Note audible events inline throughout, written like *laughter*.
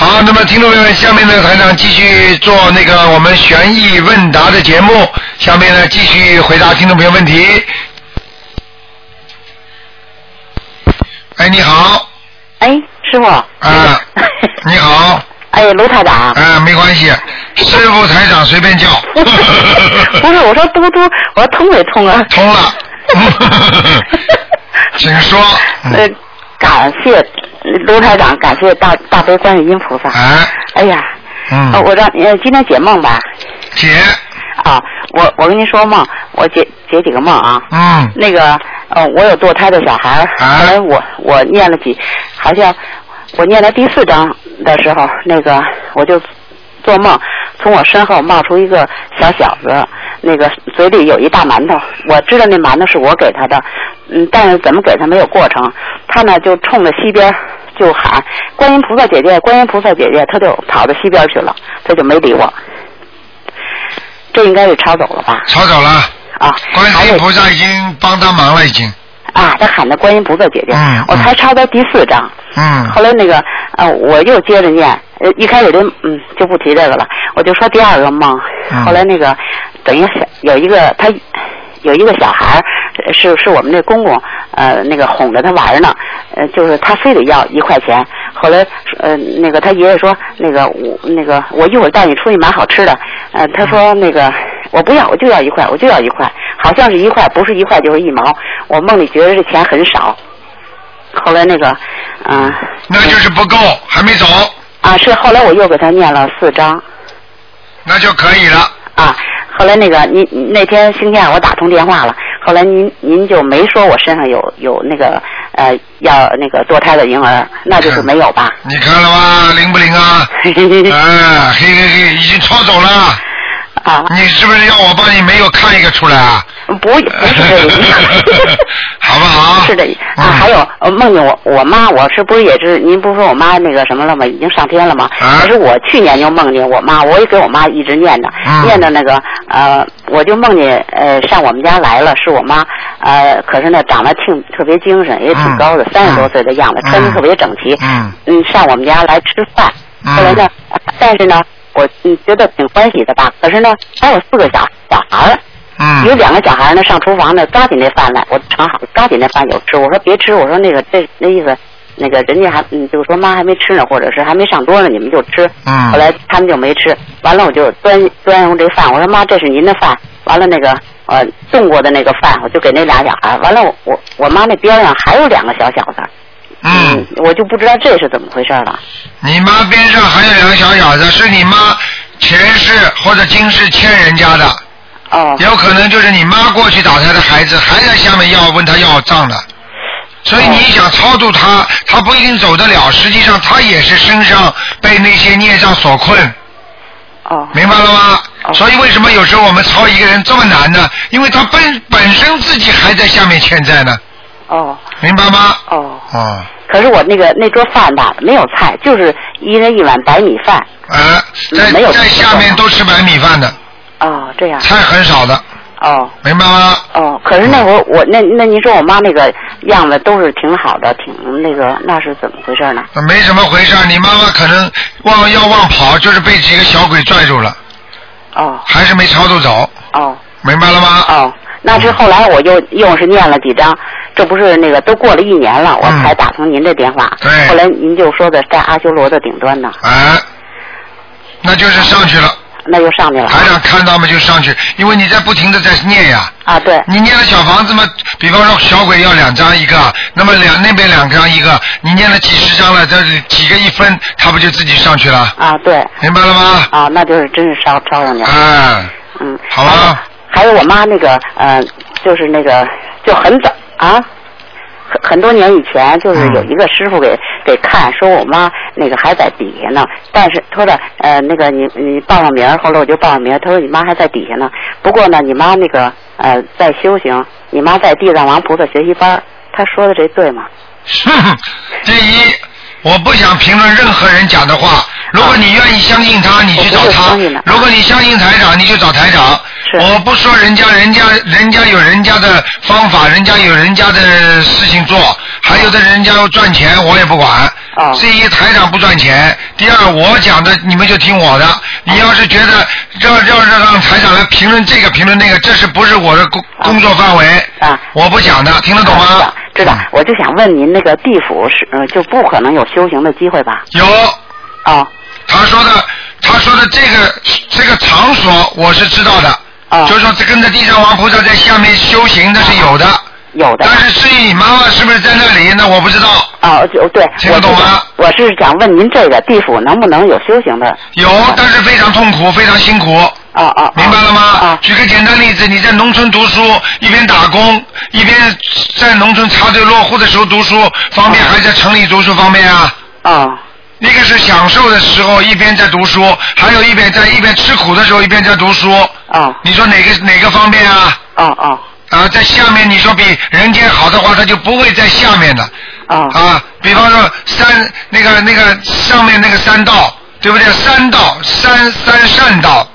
好，那么听众朋友们，下面呢，台长继续做那个我们悬疑问答的节目。下面呢，继续回答听众朋友问题。哎，你好，哎，师傅，啊，你好， *laughs* 哎，卢台长，啊，没关系，师傅台长随 *laughs* 便叫， *laughs* 不是，我说嘟嘟，我说通没通啊？ *laughs* 通了，请说，呃嗯，，感谢卢台长，感谢大大悲观世音菩萨。哎，哎呀，呃嗯，我让呃今天解梦吧，姐，啊，我我跟您说梦，我解解几个梦啊。嗯，那个呃，我有堕胎的小孩儿，啊后来我我念了几，好像我念到第四章的时候，那个我就做梦，从我身后冒出一个小小子，那个嘴里有一大馒头，我知道那馒头是我给他的，嗯，但是怎么给他没有过程，他呢就冲着西边。就喊观音菩萨姐姐，观音菩萨姐姐，他就跑到西边去了，他就没理我。这应该是抄走了吧？吵走了，啊，观还世有音菩萨已经帮他忙了，已经，啊，他喊的观音菩萨姐姐，嗯我才抄到第四章。嗯，后来那个呃，我又接着念，呃，一开始就嗯就不提这个了，我就说第二个梦。嗯后来那个等于小有一个他有一个小孩儿呃是是我们那公公呃那个哄着他玩儿呢，呃就是他非得要一块钱。后来呃那个他爷爷说那个我那个我一会儿带你出去买好吃的，呃他说那个我不要我就要一块我就要一块，好像是一块不是一块就是一毛，我梦里觉得这钱很少。后来那个，嗯、那就是不够，还没走，啊，是后来我又给他念了四章那就可以了。啊。后来那个您您那天星期二我打通电话了，后来您您就没说我身上有有那个呃要那个堕胎的婴儿，那就是没有吧？你看了吧，灵不灵 *laughs* 啊？哎，嘿嘿嘿，已经抄走了。啊，你是不是要我帮你没有看一个出来啊？。不不是这个意思好不好是的啊，嗯还有呃梦见我我妈，我是不是也是？您不是说我妈那个什么了吗？已经上天了吗？啊可是我去年就梦见我妈，我也给我妈一直念着，嗯念着那个呃，我就梦见呃上我们家来了，是我妈呃，可是呢长得挺特别精神，也挺高的嗯，三十、多岁的样子，嗯穿的特别整齐。嗯嗯，上我们家来吃饭，嗯后来呢，但是呢，我嗯觉得挺欢喜的吧。可是呢，还有四个小小孩儿。有嗯，两个小孩呢，上厨房呢，抓起那饭来，我尝好，抓起那饭有吃，我说别吃，我说那个这那意思，那个人家还嗯，就是说妈还没吃呢，或者是还没上桌呢，你们就吃。嗯后来他们就没吃，完了我就端端上这饭，我说妈，这是您的饭。完了那个呃冻过的那个饭，我就给那俩小孩。完了我我我妈那边上还有两个小小子，嗯，我就不知道这是怎么回事了。你妈边上还有两个小小子，是你妈前世或者今世欠人家的，哦，有可能就是你妈过去打胎的孩子还在下面要问他要账的。所以你想超度他，他不一定走得了。实际上，他也是身上被那些孽障所困。哦，明白了吗？哦所以为什么有时候我们抄一个人这么难呢？因为他本本身自己还在下面欠债呢，哦，明白吗？哦。哦，可是我那个那桌饭吧，没有菜，就是一人一碗白米饭。呃，在没有在下面都吃白米饭的，哦，这样，菜很少的，哦明白吗？嗯哦，可是那会儿我那那您说我妈那个样子都是挺好的，挺那个那是怎么回事呢？没什么回事儿，你妈妈可能忘要忘跑，就是被几个小鬼拽住了，哦还是没超度走，哦明白了吗？哦，那是后来我又又是念了几张，这不是那个都过了一年了，我嗯才打通您这电话。对后来您就说的在阿修罗的顶端呢，哎，那就是上去了，那又上去了台长看到嘛就上去，因为你在不停的在念呀。啊，对，你念了小房子嘛，比方说小鬼要两张一个，那么两那边两张一个，你念了几十张了，这几个一分，他不就自己上去了？啊对，明白了吗？啊，那就是真是烧烧上去了，哎，嗯，好啊吧，还有我妈那个呃，就是那个就很早啊，很很多年以前，就是嗯有一个师傅给、给看，说我妈那个还在底下呢，但是他说的呃那个你你报上名儿，后来我就报上名儿，他说你妈还在底下呢，不过呢你妈那个呃在修行，你妈在地藏王菩萨学习班儿，他说的这对吗？ *laughs* 哼哼第一，我不想评论任何人讲的话。如果你愿意相信他，你去找啊我不他相信的；如果你相信台长，你就找台长。是我不说人家，人家人家有人家的方法，人家有人家的事情做，还有的人家要赚钱，我也不管。哦第一，台长不赚钱；第二，我讲的你们就听我的。你要是觉得让让让让台长来评论这个评论那个，这是不是我的工啊工作范围？啊，我不讲的，听得懂啊吗？知道，知道。我就想问您，那个地府是、呃、就不可能有修行的机会吧？有，哦他说的，他说的这个这个场所我是知道的，哦，就是说这跟着地藏王菩萨在下面修行的是有的，啊有的。但是至于你妈妈是不是在那里，那我不知道。哦，就对，听我得懂是吗我是想问您，这个地府能不能有修行的？有，但是非常痛苦，非常辛苦，哦哦，明白了吗？啊举个简单例子，你在农村读书，一边打工，一边在农村插队落户的时候读书方面，啊还在城里读书方面啊。哦一个是享受的时候一边在读书，还有一边在一边吃苦的时候一边在读书。哦你说哪个哪个方面啊？哦哦啊，在下面你说比人间好的话，它就不会在下面的哦啊。比方说三那个那个上面那个三道，对不对？三道三三善道，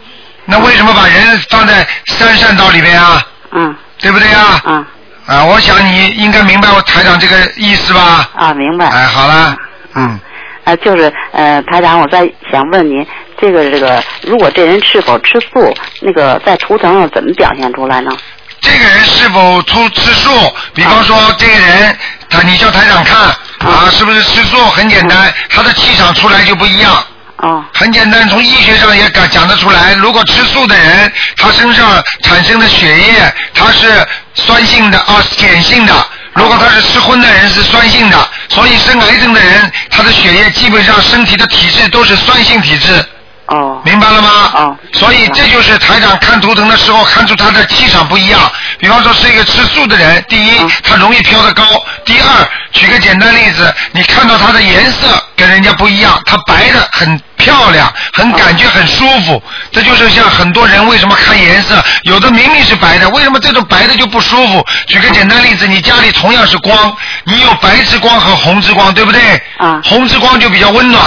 那为什么把人放在三善道里边啊？嗯对不对啊？嗯啊，我想你应该明白我台长这个意思吧？啊，明白。哎，好了，嗯，啊，就是呃，台长，我再想问您，这个这个，如果这人是否吃素，那个在图腾上怎么表现出 *laughs* 来呢？这个人是否出吃素？比方说，这个人他你叫台长看啊，是不是吃素？很简单，他的气场出来就不一样。哦很简单，从医学上也讲讲得出来。如果吃素的人，他身上产生的血液，它是酸性的啊，碱性的。如果他是吃荤的人是酸性的，所以生癌症的人，他的血液基本上身体的体质都是酸性体质，哦明白了吗？哦所以这就是台长看图腾的时候看出他的气场不一样。比方说是一个吃素的人，第一嗯他容易飘得高，第二举个简单例子，你看到他的颜色跟人家不一样，他白的很漂亮，很感觉很舒服。这就是像很多人为什么看颜色，有的明明是白的，为什么这种白的就不舒服？举个简单例子，你家里同样是光，你有白之光和红之光，对不对？啊红之光就比较温暖，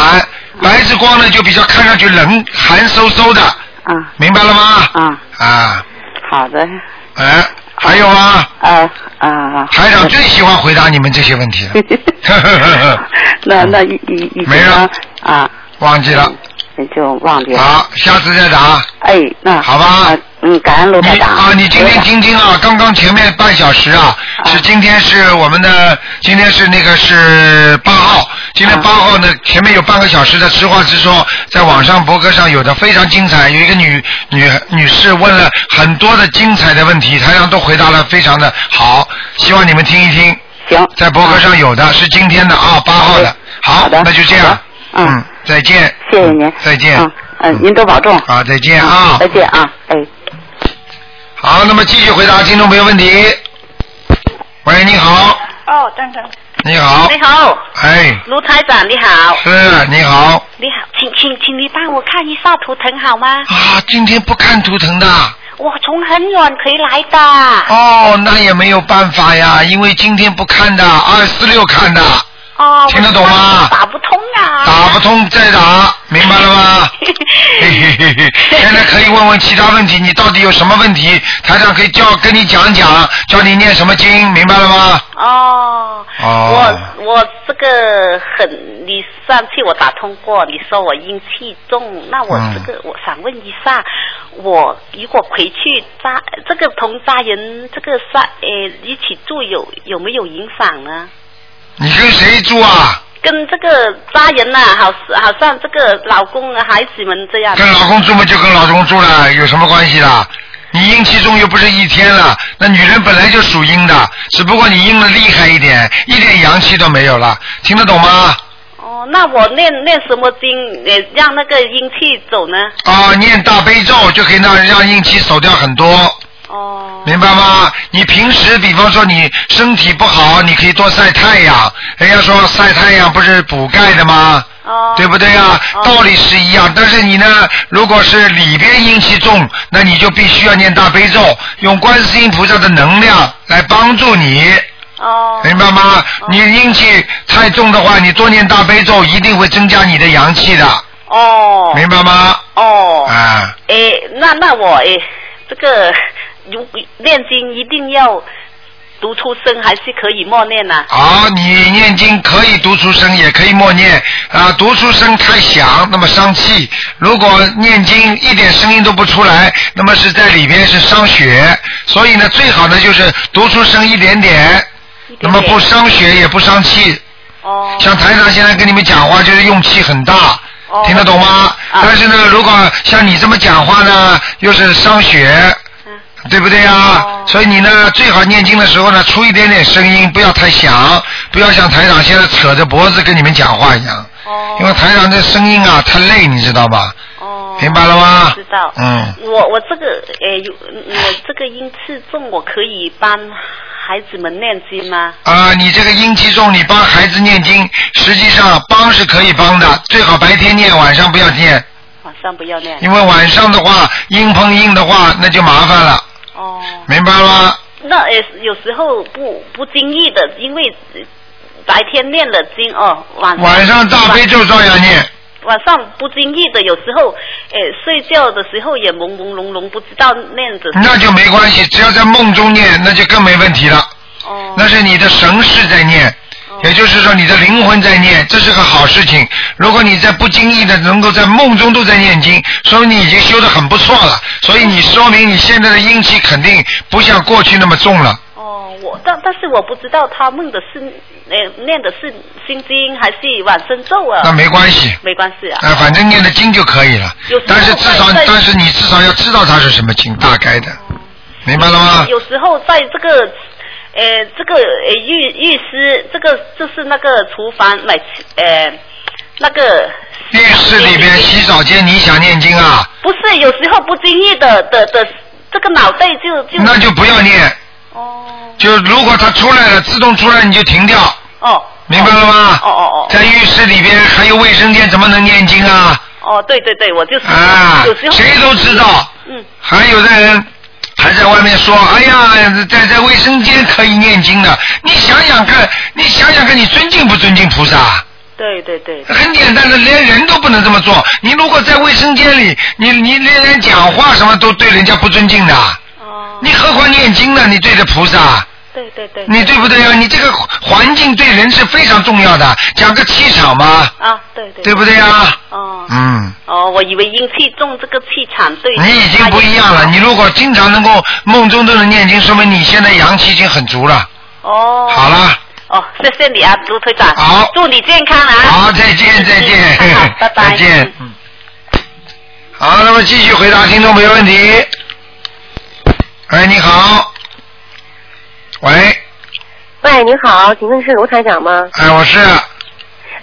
白之光呢就比较看上去冷寒飕飕的，啊明白了吗？啊，啊，好的，哎，还有吗？啊啊。台长最喜欢回答你们这些问 *laughs* 题了，啊那那一一一没了啊，忘记了。也就忘记了。好，下次再打。哎，那好吧啊嗯，感恩卢台你长啊，你今卢台天长听听啊，刚刚前面半小时啊，啊是今天是我们的，今天是那个是八号，今天啊八号呢，前面有半个小时的实话实说，在网上博客上有的非常精彩，有一个女女女士问了很多的精彩的问题，台上都回答了非常的好，希望你们听一听，行，在博客上有的是今天的啊，八号的，好好的，那就这好样的，嗯，，再见，谢谢您，再见嗯，嗯，您多保重，好，再见啊，再见啊，哎。好，那么继续回答听众朋友问题。喂，你好，哦，等等。你好，你好， *laughs* 哎，卢台长，你好，是，你好你好，请请请你帮我看一下图腾好吗？啊，今天不看图腾的，我从很远回来的。哦，那也没有办法呀，因为今天不看的，二四六看的，哦，听得懂吗我打不通啊。打不。通再打，明白了 *laughs* 吗？嘿嘿嘿嘿，现在可以问问其他问题，你到底有什么问题？台长可以教跟你讲讲，教你念什么经，明白了吗？哦。哦我我这个很，你上次我打通过，你说我阴气重，那我嗯这个、我想问一下，我如果回去家，这个同家人这个在呃一起住有有没有影响呢？你跟谁住啊？跟这个家人呐、好好像这个老公啊、孩子们这样。跟老公住嘛就跟老公住了，有什么关系啦？你阴气重又不是一天了，那女人本来就属阴的，只不过你阴的厉害一点，一点阳气都没有了，听得懂吗？哦，那我念念什么经，呃，让那个阴气走呢？啊，念大悲咒就可以让让阴气走掉很多，哦。明白吗？你平时比方说你身体不好，你可以多晒太阳，人家说晒太阳不是补钙的吗？哦。对不对啊？哦道理是一样，但是你呢，如果是里边阴气重，那你就必须要念大悲咒，用观世音菩萨的能量来帮助你，哦。明白吗？你阴气太重的话，你多念大悲咒一定会增加你的阳气的，哦。明白吗？哦。啊，诶，那那我诶，这个如念经一定要读出声，还是可以默念呐、好，你念经可以读出声，也可以默念啊。读出声太响，那么伤气；如果念经一点声音都不出来，那么是在里边是伤血。所以呢，最好呢就是读出声一点点，一那点么点不伤血也不伤气。哦像台长现在跟你们讲话就是用气很大，哦听得懂吗？啊但是呢，如果像你这么讲话呢，又是伤血，嗯对不对啊？哦所以你呢，最好念经的时候呢，出一点点声音，不要太响，不要像台长现在扯着脖子跟你们讲话一样，哦因为台长这声音啊太累，你知道吧？哦，明白了吗？知道。嗯，我我这个诶，有我这个音次重，我可以帮孩子们念经吗？啊，你这个阴气重，你帮孩子念经，实际上帮是可以帮的，最好白天念，晚上不要念。晚上不要念。因为晚上的话，硬碰硬的话，那就麻烦了，哦，明白吗？那诶，有时候不不经意的，因为呃白天念了经哦，晚晚上大悲咒照样念，晚上不经意的，有时候诶睡觉的时候也朦朦胧胧，不知道念着。那就没关系，只要在梦中念，那就更没问题了。哦。那是你的神识在念，哦也就是说你的灵魂在念，这是个好事情。如果你在不经意的能够在梦中都在念经，说明你已经修得很不错了。所以你说明你现在的阴气肯定不像过去那么重了。哦，我但但是我不知道他梦的是诶念的是心经还是往生咒啊？那没关系，没关系啊。啊，反正念的经就可以了有时候。但是至少，在在但是你至少要知道它是什么经，大概的，明白了吗？有时候在这个，呃，这个呃浴浴室，这个就是那个厨房买，呃，那个浴室里边、洗手间，你想念经啊，不是有时候不经意的的的，这个脑袋就就那就不要念。哦就如果它出来了，自动出来你就停掉，哦明白了吗？哦哦哦在浴室里边还有卫生间，怎么能念经啊？哦，对对对，我就是、啊有时，候谁都知道。嗯还有的人还在外面说：“哎呀，在在卫生间可以念经的。”你想想看，你想想看，你尊敬不尊敬菩萨？对对对很简单的，连人都不能这么做。你如果在卫生间里，你你连人讲话什么都对人家不尊敬的，哦你何况念经呢？你对着菩萨，对对对你对不对啊？你这个环境对人是非常重要的，讲个气场嘛，啊对对对不对啊？哦嗯，哦，我以为阴气重，这个气场对你已经不一样了。你如果经常能够梦中都能念经，说明你现在阳气已经很足了。哦好了，哦，谢谢你啊，卢队长。好祝你健康啊。好，再见，再见嗯好，拜拜。再见。嗯好，那么继续回答听众朋友问题。哎，你好。喂，喂，您好，请问是卢台长吗？哎，我是，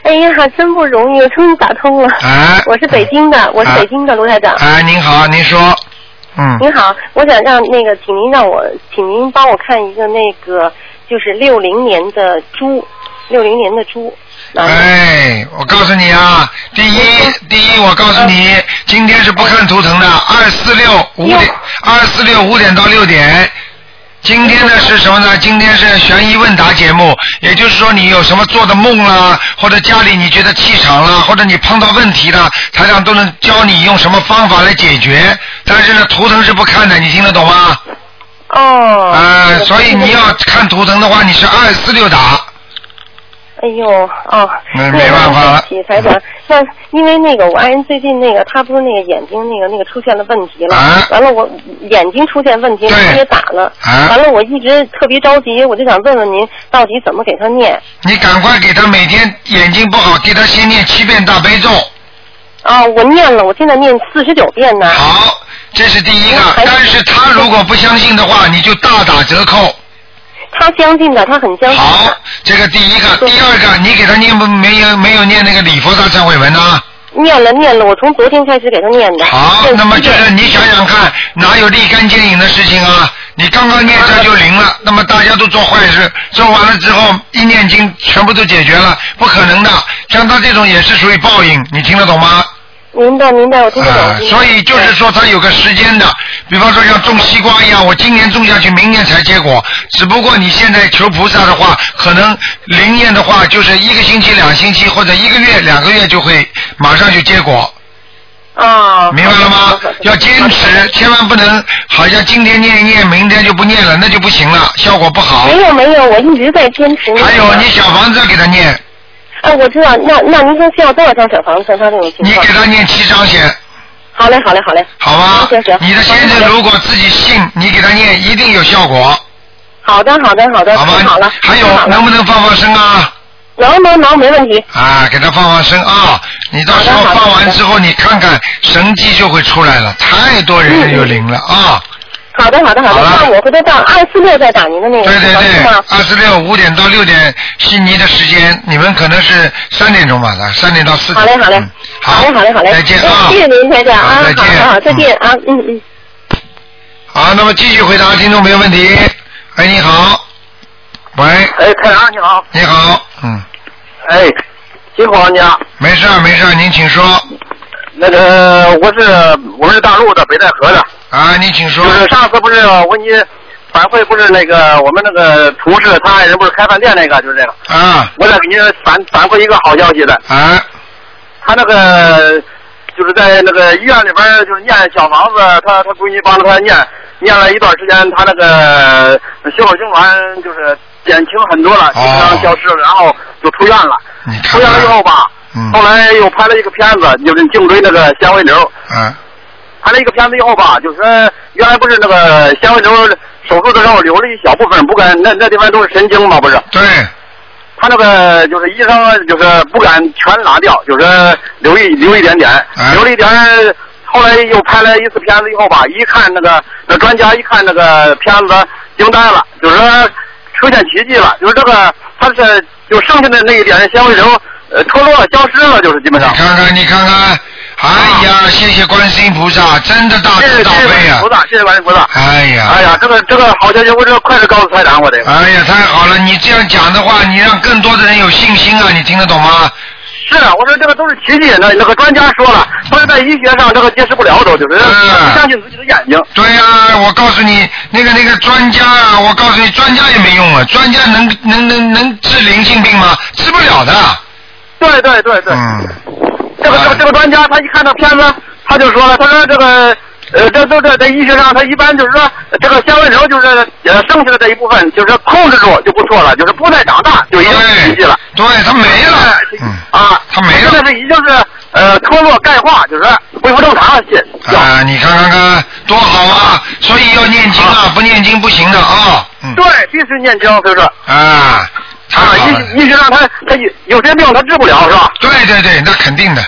哎呀，真不容易，我终于打通了。哎， *laughs* 我是北京的，我是北京的卢台长。哎，您好，您说，嗯，您好，我想让那个，请您让我，请您帮我看一个那个，就是六零年的猪，六零年的猪。啊，哎，我告诉你啊，第一，第一，我告诉你，今天是不看图腾的，二四六五点，二四六五点到六点。今天呢是什么呢？今天是悬疑问答节目，也就是说你有什么做的梦啦，或者家里你觉得气场啦，或者你碰到问题啦，台长都能教你用什么方法来解决。但是呢，图腾是不看的，你听得懂吗？哦。呃，所以你要看图腾的话，你是二四六打。哎呦，哦，没那没办法了对不起台 *laughs* 长，那因为那个我爱人最近那个他不是那个眼睛那个那个出现了问题了，啊完了我眼睛出现问题，对我也打了，啊完了我一直特别着急，我就想问问您到底怎么给他念？你赶快给他每天眼睛不好，给他先念七遍大悲咒。啊，我念了，我现在念四十九遍呢。好，这是第一个嗯。还有但是他如果不相信的话，你就大打折扣。他相信的，他很相信的。好，这个第一个，第二个，你给他念不没有没有念那个礼佛大忏悔文呢、啊念了念了，我从昨天开始给他念的。好，念那么七就遍是你想想看，哪有立竿见影的事情啊？你刚刚念这就灵了，那么大家都做坏事，做完了之后一念经全部都解决了，不可能的。像他这种也是属于报应，你听得懂吗？明白明白，我听得懂。啊，听得懂所以就是说它有个时间的，比方说像种西瓜一样，我今年种下去，明年才结果。只不过你现在求菩萨的话，可能灵验的话，就是一个星期、两星期或者一个月、两个月就会马上就结果，啊，明白了吗好的好的好的？要坚持，千万不能好像今天念一念，明天就不念了，那就不行了，效果不好没。哎有没有，我一直在坚持那个。还有你小房子要给他念，哎，我知道，那那您说需要多少张小房子？像他这种情你况给。他念七张先，好嘞，好嘞，好嘞。好吗行行？行你的先好生的如果自己信，你给他念一定有效果，好的，好的，好的，好太吗？好了，还太有好能了不能放放生啊？能能能，没问题。啊，给他放放生啊！你到时候好的好的放好完的之后，你看看神迹就会出来了，太多人有灵了啊！好的，好的，好好的。了那我回头到二四六再打您的那个对对是吧对是吗，？二十六五点到六点悉尼的时间，你们可能是三点钟吧，三点到四点。好嘞，好嘞嗯，好嘞，好嘞，好嘞。再见啊！哎谢谢您，台长啊，好再好见好好，再见啊，嗯嗯。好，那么继续回答听众朋友问题。哎，你好，喂，哎，台长你好，你好，嗯，哎，辛苦了你啊。没事儿没事儿，您请说那个我是我是大陆的北戴河的，啊，您请说就，是上次不是我跟你反馈不是那个我们那个同事他爱人不是开饭店那个就是这个，啊我再给您反反馈一个好消息的，啊他那个就是在那个医院里边儿就是念小房子，他他闺女帮着他念，念了一段时间，他那个血管痉挛就是减轻很多了，基本上消失了，然后就出院了。哦你出看看院了以后吧，嗯后来又拍了一个片子，就是颈椎那个纤维瘤，啊拍了一个片子以后吧，就是说原来不是那个纤维瘤手术的时候留了一小部分，不敢那那地方都是神经嘛，不是？对，他那个就是医生就是不敢全拿掉，就是留一留一点点，哎留了一点儿。后来又拍了一次片子以后吧，一看那个那专家一看那个片子惊呆了，就是说出现奇迹了，就是这个他是就剩下的那一点纤维瘤呃脱落了消失了，就是基本你上。看看你看看，哎呀，谢谢观世音菩萨，真的大谢慈谢谢大谢观悲世啊菩，萨，谢谢观世菩萨。哎呀，哎呀，这个这个好消息，我这快点告诉台长我得。哎呀，太好了！你这样讲的话，你让更多的人有信心啊！你听得懂吗？是啊，我说这个都是奇迹，那那个专家说了，他说在医学上这个解释不了都，就是嗯不相信自己的眼睛。对呀、我告诉你，那个那个专家啊，我告诉你，专家也没用啊！专家能能能能治灵性病吗？治不了的。对对对对，嗯。这个这哎个这个专家他一看这片子，他就说了，他说这个。呃，这都这在医学上，他一般就是说，呃这个纤维瘤就是呃剩下的这一部分，就是说控制住就不错了，就是不再长大就已经是奇迹了。对，对，他没了。嗯。啊，他没现了在是已经是呃脱落钙化，就是说恢复正常了，谢。啊，你看看看，多好啊！所以要念经啊，不念经不行的啊。嗯。对，必须念经，就是说啊，太啊，好了。医医学上他他有有些病他治不了是吧？对对对，那肯定的，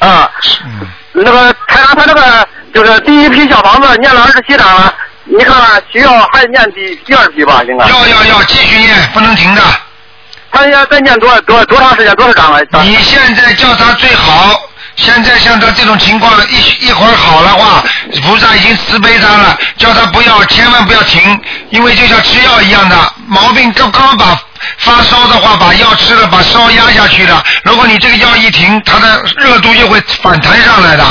嗯啊，嗯。那个台长他那个就是呃第一批小房子念了二十七章了，你看看需要还念第第二批吧，应该。要要要，继续念，不能停的。他要再念多少多多长时间多少章了？你现在叫他最好，现在像他这种情况，一一会儿好的话，菩萨已经慈悲他了，叫他不要，千万不要停，因为就像吃药一样的，毛病刚刚把发烧的话，把药吃了，把烧压下去了，如果你这个药一停，它的热度就会反弹上来的。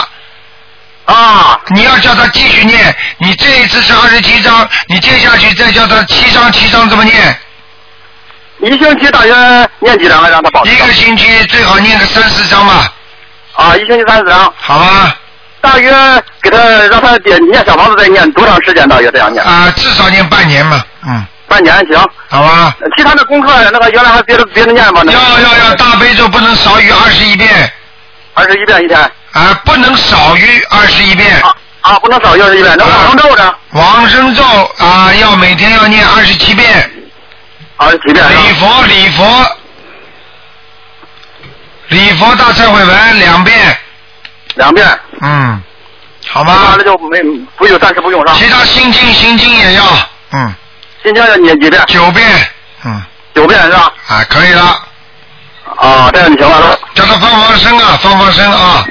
啊，你要叫他继续念，你这一次是二十七章，你接下去再叫他七章七章这么念，一星期大约念几章了？让他保持一个星期最好念个三四章吧，啊，一星期三十章，好吧？大约给他让他点念小房子再念多长时间？大约这样念，啊、至少念半年嘛，嗯，半年行。好吧。其他的功课那个原来还别的别的念吗？那个要要要，大悲咒不能少于二十一遍，二十一遍一天。啊、不能少于二十一遍。啊啊啊，不能少于二十一遍。那往上咒呢？往生咒啊、要每天要念二十七遍。二十七遍。啊礼佛，礼佛，礼佛大忏悔文两遍，两遍，嗯，好吗完了？就没不用，暂时不用上。其他心经，心经也要，嗯，今天要念几遍？九遍，嗯，九遍是吧？啊，可以了。啊，这样就行了。叫他放放生啊，放放生啊，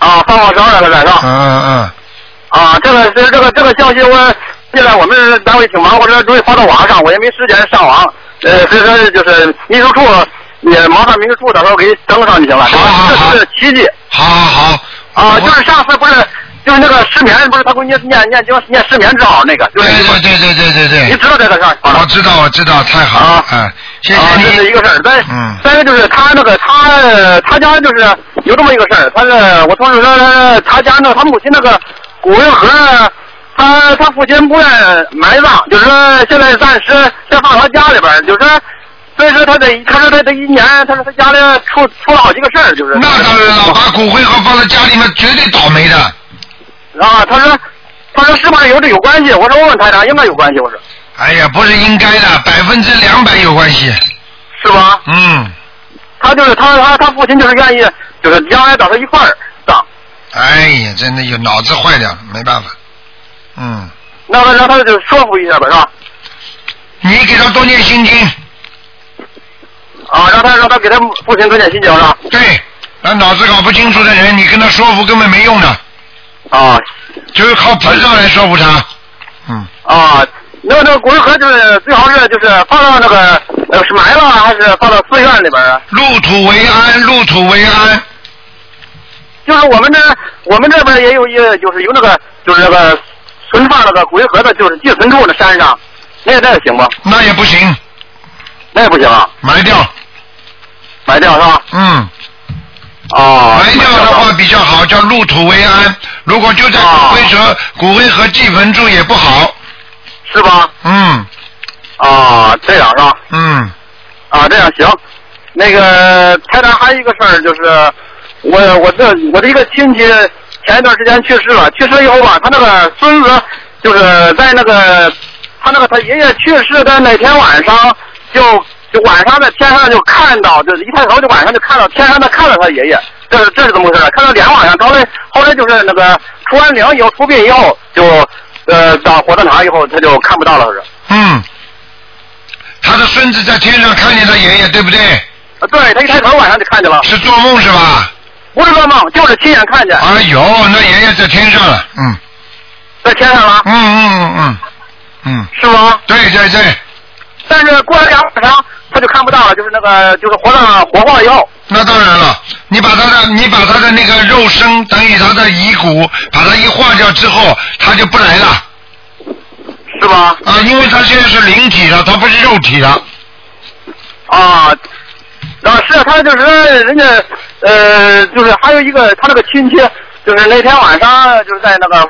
啊，放放生了，晚嗯上。嗯嗯，啊，这个是这个这个消息我现在我们呃单位挺忙，我这东西发到网上，我也没时间上网。呃，所以说就是秘书处也麻烦秘书处到时候给登上就行了。好好好这是奇迹好好好，啊！我就是上次不是就是那个失眠，不是他闺女念念经念失眠治好那个，就对是那对个。对对对对你对，知道这个事儿？我知道我知道，太好了啊，嗯，谢啊，这谢是一你，个事儿。再嗯再一个就是他那个他呃他家就是有这么一个事儿，他是我同事说呃他家那个他母亲那个骨灰盒儿，他他父亲不愿埋葬，就是说现在暂时先放他家里边儿，就是说所以说他得他说他这一年，他说他家里出出了好几个事儿，就是那当然了，把骨灰盒放在家里面绝对倒霉的。啊，他说他说是不是有这有关系？我说我问台长应该有关系，我说哎呀，不是应该的，百分之两百有关系。是吧？嗯，他就是他他他父亲就是愿意就是将来找他一块儿葬。哎呀，真的有脑子坏掉了，没办法。嗯，那么让他就说服一下吧，是吧？你给他多念心经，啊，让他让他给他父亲多点心情，是吧？对，那脑子搞不清楚的人，你跟他说服根本没用的，啊就是靠菩萨来说服他。嗯，啊，那那个骨灰盒就是最好是就是放到那个呃是埋了还是放到寺院里边啊？入土为安，入土为安。就是我们这我们这边也有一个就是有那个就是那个存放那个骨灰盒的，就是寄存处那山上，那那也行吗？那也不行，那也不行啊，埋掉。埋掉是吧？嗯，哦，埋掉的话比较好，叫入土为安。如果就在啊骨灰盒、骨灰盒寄坟处也不好。是吧？嗯啊，这样是吧？嗯，啊，这样行。那个台长还有一个事儿就是，我我这我的一个亲戚前一段时间去世了，去世以后吧，他那个孙子就是在那个他那个他爷爷去世的那天晚上，就就晚上在天上就看到，就是一抬头就晚上就看到天上他看到他爷爷，这是这是怎么回事儿？看到两晚上，后来后来就是那个出完灵以后出殡以后就呃到火葬场以后他就看不到了，是。嗯，他的孙子在天上看见他爷爷，对不对？啊对他一抬头晚上就看见了。是做梦是吧？不是做梦，就是亲眼看见，哎呦，那爷爷在天上了，嗯在天上了，嗯嗯嗯嗯嗯，是吗？对对对，但是过了两晚上，他就看不到了，就是那个，就是活上火化以后，那当然了，你把他的你把他的那个肉身等于他的遗骨，把它一化掉之后，他就不来了是吧？啊，因为他现在是灵体了，他不是肉体了，啊，啊，是他就是说人家，呃，就是还有一个他那个亲戚，就是那天晚上就是在那个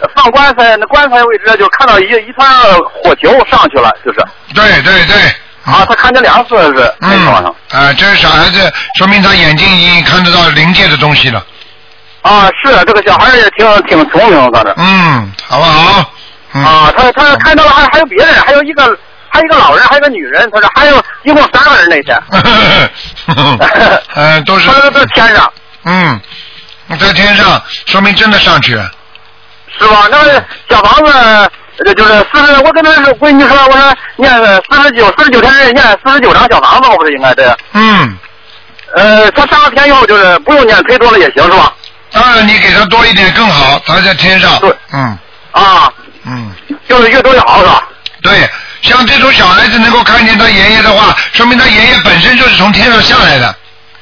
呃放棺材那棺材位置，就看到一一团火球上去了，就是对对对，啊，他看见两次是那天晚嗯上。啊，这小孩子说明他眼睛已经看得到灵界的东西了，啊，是这个小孩儿也挺挺聪明的，反正。嗯，好不好？嗯、啊，他他看到了，还还有别人，还有一个还有一个老人，还有一个女人，他说还有一共三个人 *laughs* 那天，嗯，都是他说在天上嗯，在天上，说明真的上去了。是吧？那个小房子呃就是四十，我跟他说闺女说，我说念四十九四十九天念四十九张小房子，我不是应该这样？嗯，呃，他上了天以后就是不用念忒多了也行是吧？当然你给他多一点更好，他在天上。对嗯啊，嗯，就是越多越好是吧？对，像这种小孩子能够看见他爷爷的话，说明他爷爷本身就是从天上下来的。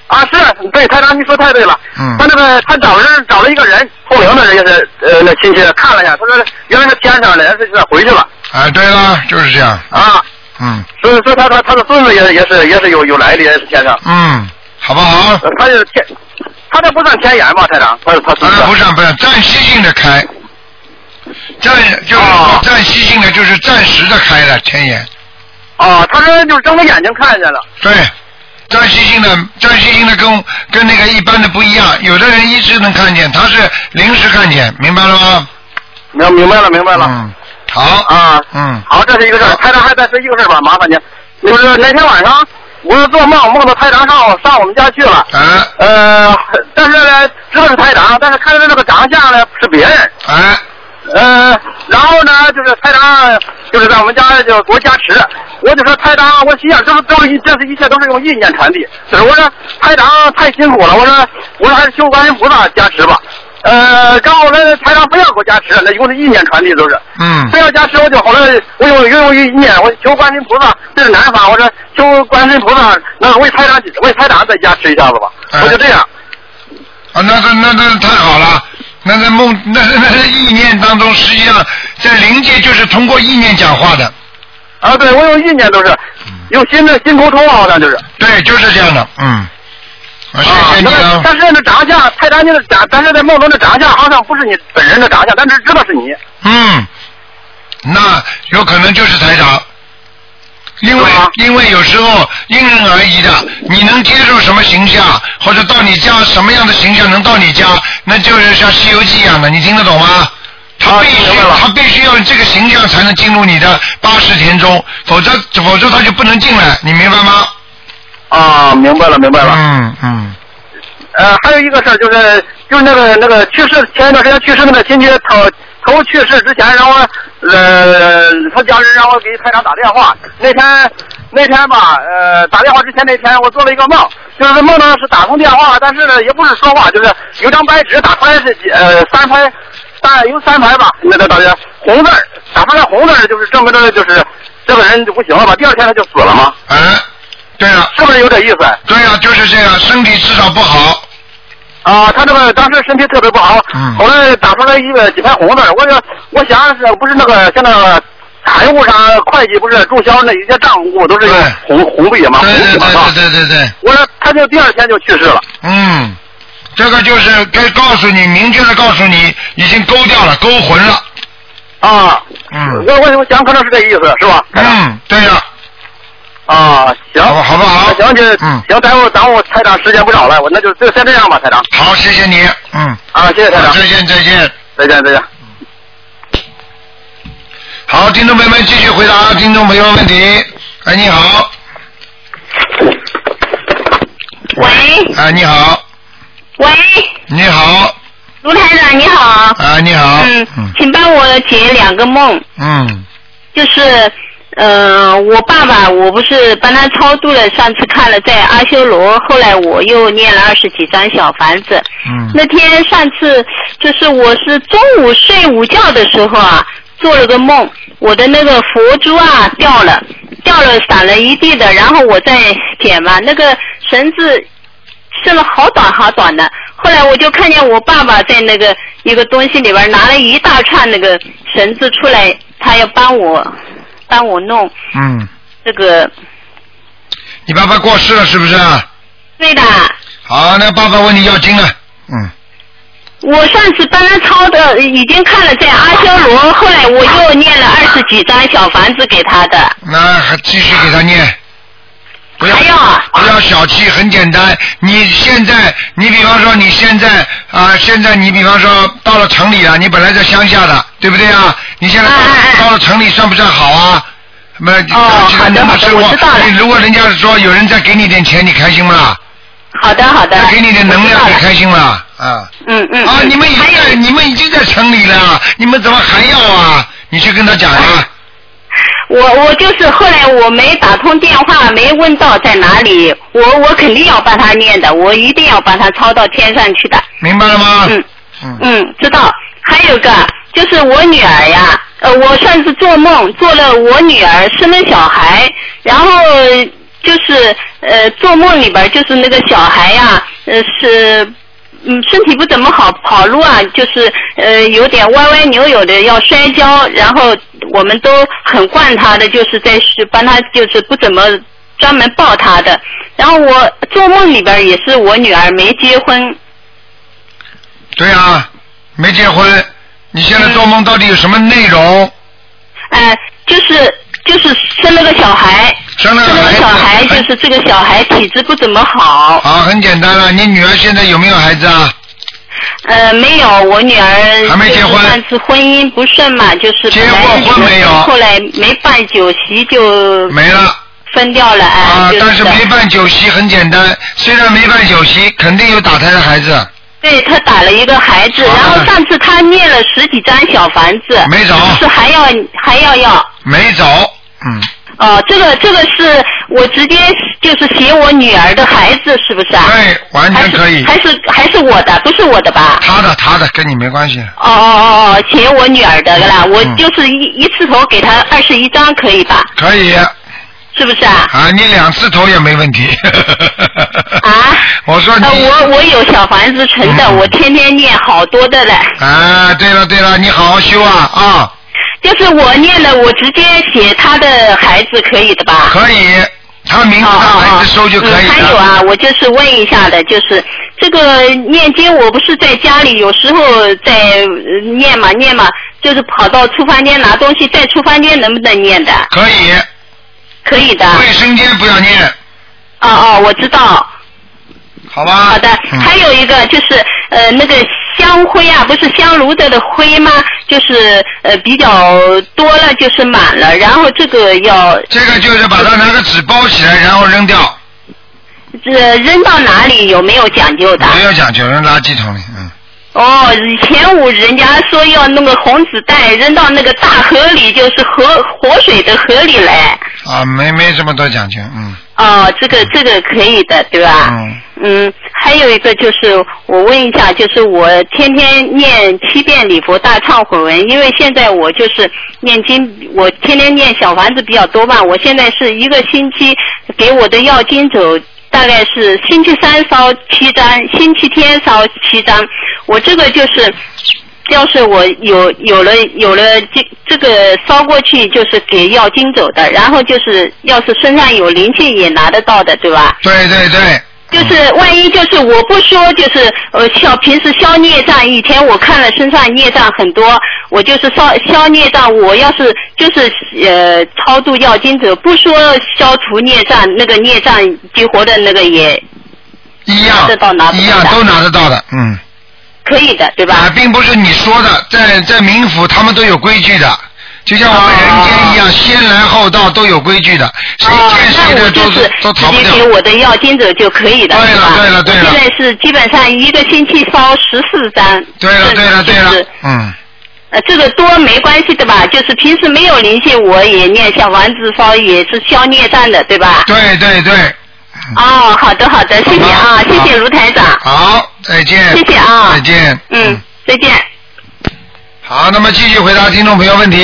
啊，是对，台长，你说太对了。嗯他那个他找人找了一个人，通灵的人也是呃那亲戚看了一下，他说原来是天上的人，是现在回去了啊，对了，就是这样。啊。嗯所以说他他他的孙子也也是也是有有来历，也是天上，嗯，好不好？呃他就是天，他这不算天眼吧，台长？他他孙当子然不算不算，暂时性的开，暂就是哦暂时性的，就是暂时的开了天眼。啊，他说就是睁着眼睛看见了对，暂时性的，暂时性的跟跟那个一般的不一样，有的人一直能看见，他是临时看见，明白了吗？明明白了明白了、嗯，好，啊，嗯，好，这是一个事儿。台长还再说一个事儿吧，麻烦您，就是那天晚上我是做梦，梦到台长上我上我们家去了，哎呃，但是呢知道是台长，但是看着那个长相呢是别人，哎，呃，然后呢，就是台长，就是在我们家就给我加持，我就说台长，我心想这是都是一这是一切都是用意念传递，就是我说台长太辛苦了，我说我说还是求观音菩萨加持吧，呃，然后呢台长非要给我加持，那用的意念传递都是，嗯非要加持我就好了，我有用意念，我求观音菩萨，这是南法，我说求观音菩萨，那为台长为台长再加持一下子吧，我就这样，啊，那那那那太好了，那在梦，那是那是意念当中，实际上在灵界就是通过意念讲话的。嗯啊，对，我有意念都是，有新的新沟通啊好像就是。对，就是这样的，嗯。啊，啊谢谢，你那啊个，但是那扎下泰达尼的扎，但是在梦中的扎下好像不是你本人的扎下，但是知道是你。嗯，那有可能就是台长。因为是吗因为有时候因人而异的，你能接受什么形象，或者到你家什么样的形象能到你家，那就是像《西游记》一样的，你听得懂吗？他啊必须明白了他必须要这个形象才能进入你的八十田中，否则否则他就不能进来，你明白吗？啊，明白了，明白了。嗯嗯，呃，还有一个事儿就是，就是那个那个去世前一段时间去世那个亲戚头头去世之前，然后呃，他家人让我给台长打电话。那天那天吧，呃，打电话之前那天我做了一个梦，就是梦到是打通电话，但是呢也不是说话，就是有张白纸打开是几呃三排，大概有三排吧，那个大约红字儿，打开了红字儿就是证明着就是这个人就不行了吧？第二天他就死了吗？哎，对了是不是有点意思？对了，就是这样，身体至少不好，啊，他这个当时身体特别不好，嗯后来打出来一个几排红字儿，我就我想是不是那个像那个财务上会计不是注销那一些账务都是用对红红笔嘛，对红对笔嘛，对对对对对。我说他就第二天就去世了，嗯，这个就是该告诉你，明确的告诉你，已经勾掉了，勾魂了。啊，嗯我我我想可能是这意思是吧？嗯，对呀、啊，行，好吧好不好那行就嗯行，耽误耽误台长时间不少了，我那就就先这样吧，台长好，谢谢你。嗯，啊，谢谢台好长，再见再见。再见再见。好，听众朋友们继续回答听众朋友问题。哎，你好，喂哎，你好，喂，你好，卢台长你好，啊，你好，嗯，请帮我解两个梦，嗯就是呃，我爸爸我不是帮他超度了，上次看了在阿修罗，后来我又念了二十几张小房子，嗯那天上次就是我是中午睡午觉的时候啊，做了个梦，我的那个佛珠啊掉了，掉了散了一地的，然后我再捡嘛，那个绳子伸了好短好短的。后来我就看见我爸爸在那个一个东西里边拿了一大串那个绳子出来，他要帮我帮我弄嗯，这个，你爸爸过世了是不是？对的。好，那爸爸问你要经了。嗯，我上次帮他抄的，呃已经看了在阿修罗，后来我又念了二十几张小房子给他的，那还继续给他念。不要还要啊？不要小气，很简单。你现在，你比方说你现在啊、现在你比方说到了城里了，你本来在乡下的，对不对啊？你现在到,、嗯哎哎哎了城里算不算好啊？没有，哦其他那么好的生好的活我知道了你如果人家说有人再给你点钱，你开心不啦？好的好的再，给你点能量，我知你道了开心不啦？啊、嗯嗯。啊！嗯你们已还有经你们已经在城里了，你们怎么还要啊？你去跟他讲哎啊。我我就是后来我没打通电话，没问到在哪里，我我肯定要帮他念的，我一定要把他抄到天上去的。明白了吗？嗯嗯嗯，知道。还有个就是我女儿呀，呃，我上次做梦做了我女儿生了小孩，然后呃就是呃做梦里边儿就是那个小孩呀，呃是。嗯，身体不怎么好，跑路啊，就是呃有点歪歪扭扭的，要摔跤，然后我们都很惯他的，就是在是帮他，就是不怎么专门抱他的。然后我做梦里边儿也是我女儿没结婚，对啊，没结婚，你现在做梦到底有什么内容？呃，就是就是生了个小孩，生了生个了孩个子，小孩，就是这个小孩体质不怎么好。好，啊很简单了。你女儿现在有没有孩子啊？呃，没有，我女儿还没结婚就是上次婚姻不顺嘛，就是结本来过是婚没有后来没办酒席就没了分掉了，哎、啊就，但是的没办酒席很简单，虽然没办酒席，肯定有打胎的孩子，对他打了一个孩子，啊然后上次他念了十几张小房子，没找就是还要还要要。没走。嗯，哦，这个这个是我直接就是写我女儿的孩子，是不是啊？对，完还全是可以。还是还是我的，不是我的吧？他的他的跟你没关系。哦哦哦哦，写我女儿的啦，嗯我就是一一次头给她二十一张，可以吧？可以，是不是啊？啊，你两次投也没问题。啊 *laughs* 我说你呃，我我有小房子存的，嗯我天天念好多的嘞。啊，对了对了，你好好修啊啊，就是我念了，我直接写他的孩子可以的吧？可以，他名字哦他哦孩子收就可以嗯。还有了。啊，我就是问一下的，就是这个念经，我不是在家里有时候在呃念嘛念嘛，就是跑到厨房间拿东西，在厨房间能不能念的？可以，可以的。卫生间不要念，哦哦，我知道。好吧？好的，嗯还有一个就是呃那个香灰啊，不是香炉子的灰吗？就是呃比较多了，就是满了，然后这个要这个就是把它拿个纸包起来，然后扔掉，呃扔到哪里有没有讲究的？没有讲究，扔垃圾桶里。嗯，哦，以前我人家说要弄个红纸袋扔到那个大河里，就是河活水的河里来。啊，没没这么多讲究，嗯哦，这个这个可以的，对吧？嗯，嗯，还有一个就是我问一下，就是我天天念七遍礼佛大忏悔文，因为现在我就是念经，我天天念小房子比较多嘛，我现在是一个星期给我的药经走。大概是星期三烧七张，星期天烧七张。我这个就是，要是我有有了有了这这个烧过去，就是给药经走的。然后就是，要是身上有灵性也拿得到的，对吧？对对对，就是万一就是我不说，就是呃消平时消孽障，以前我看了身上孽障很多，我就是消消孽障，我要是就是呃超度要经者，不说消除孽障，那个孽障激活的那个也一样拿得到拿不到的一样都拿得到的，嗯。可以的，对啊吧，？并不是你说的，在在冥府他们都有规矩的，就像我们人间一样，先来后到都有规矩的，谁哦，见谁那的我就都是都逃不直接掉。给我的要经者就可以的，对了是吧？对了对了我现在是基本上一个星期烧十四张。对了对了对就了是，嗯，呃，这个多没关系的吧？就是平时没有灵性，我也念小丸子烧，也是消孽障的，对吧？对对对，哦，好的好的，谢谢啊，谢谢卢台长，好，再见，谢谢啊，再见，嗯，，再见。好，那么继续回答听众朋友问题。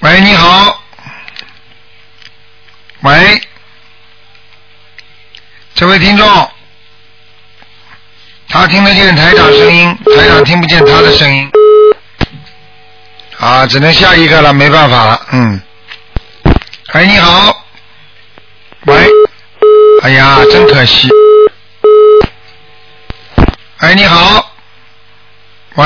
喂，你好。喂，这位听众，他听得见台长声音，台长听不见他的声音。啊，只能下一个了，没办法了，嗯。喂，你好。喂，哎呀，真可惜。哎，你好。喂，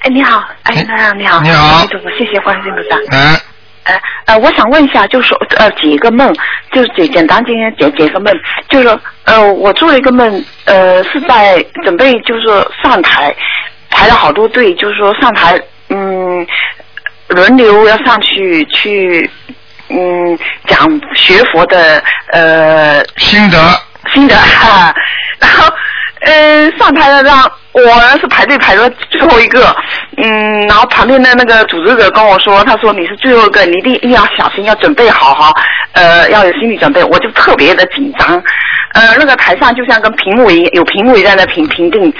哎，你好，哎，哎台长你好，你好哎对我谢谢观世音菩萨。哎，呃呃，我想问一下，就是呃解一个梦，就是简简单今天解解一个梦，就是呃我做了一个梦，呃是在准备就是上台，排了好多队，就是说上台，嗯，轮流要上去去，嗯讲学佛的呃心得。新的哈、 *laughs* 然后嗯上台了让我是排队排到最后一个，嗯，然后旁边的那个组织者跟我说，他说你是最后一个，你一定一定要小心，要准备好哈，呃，要有心理准备，我就特别的紧张。呃，那个台上就像跟评委有评委在那评评定，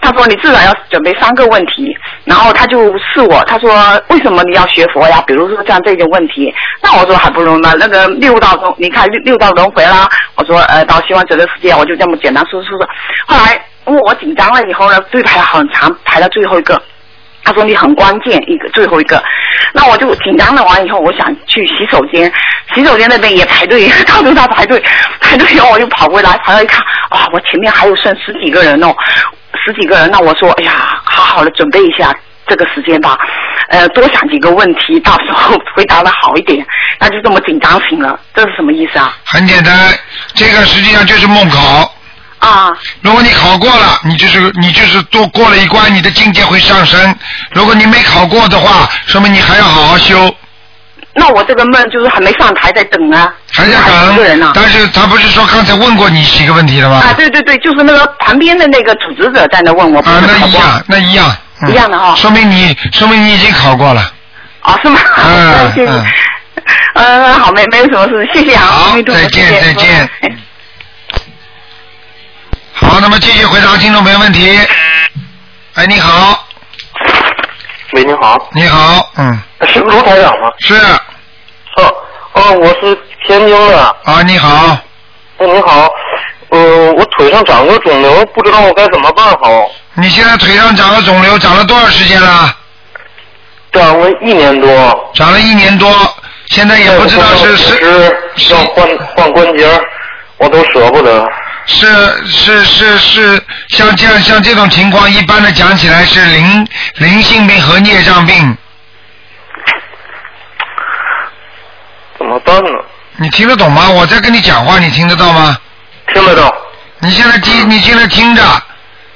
他说你至少要准备三个问题，然后他就试我，他说为什么你要学佛呀？比如说像这个问题，那我说还不如呢，那个六道中，你看六六道轮回啦，我说呃到西方极乐世界，我就这么简单说说说。后来因为我紧张了以后呢，队排很长，排到最后一个，他说你很关键一个最后一个，那我就紧张了完以后，我想去洗手间，洗手间那边也排队， *laughs* 到处在排队，排队以后我就跑回来，跑到一看，哇，我前面还有剩十几个人哦，十几个人，那我说，哎呀，好好的准备一下这个时间吧，呃，多想几个问题，到时候回答的好一点，那就这么紧张型了，这是什么意思啊？很简单，这个实际上就是梦考。啊，如果你考过了，你就是你就是多过了一关，你的境界会上升；如果你没考过的话，说明你还要好好修，那我这个梦就是还没上台在等啊，还在一个人呢、等。但是他不是说刚才问过你几个问题了吗？啊，对对对，就是那个旁边的那个组织者在那问我，不啊是那考一官样，那一样，嗯一样的哈说明你说明你已经考过了。啊，是吗？ *laughs* 嗯谢谢嗯。嗯，好，没没有什么事，谢谢啊，好阿弥陀佛再见谢谢再见哎好，那么继续回答听众朋友问题。哎，你好，喂，你好，你好，嗯，是卢台长吗？是哦、哦，我是天津的。啊，你好，哎，你好，呃，我腿上长个肿瘤，不知道我该怎么办好。你现在腿上长了肿瘤，长了多少时间了？长了一年多，长了一年多，现在也不知道是是是要换换关节，我都舍不得。是是是是，像这样像这种情况，一般的讲起来是灵灵性病和孽障病。怎么办呢？你听得懂吗？我在跟你讲话，你听得到吗？听得到？你现在听，你现在听着。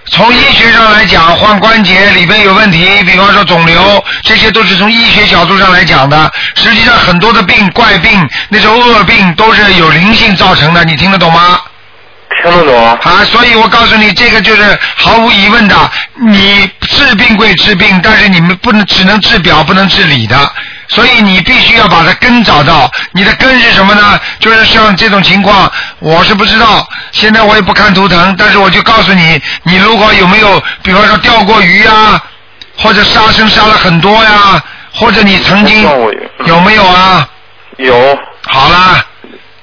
从医学上来讲，患关节里边有问题，比方说肿瘤，这些都是从医学角度上来讲的。实际上，很多的病、怪病、那种恶病，都是有灵性造成的。你听得懂吗？听得懂？啊，所以我告诉你，这个就是毫无疑问的。你治病归治病，但是你们不能只能治表，不能治里的。所以你必须要把它根找到。你的根是什么呢？就是像这种情况，我是不知道。现在我也不看图腾，但是我就告诉你，你如果有没有，比方说钓过鱼啊，或者杀生杀了很多呀、或者你曾经钓过鱼嗯有没有啊？有，好啦，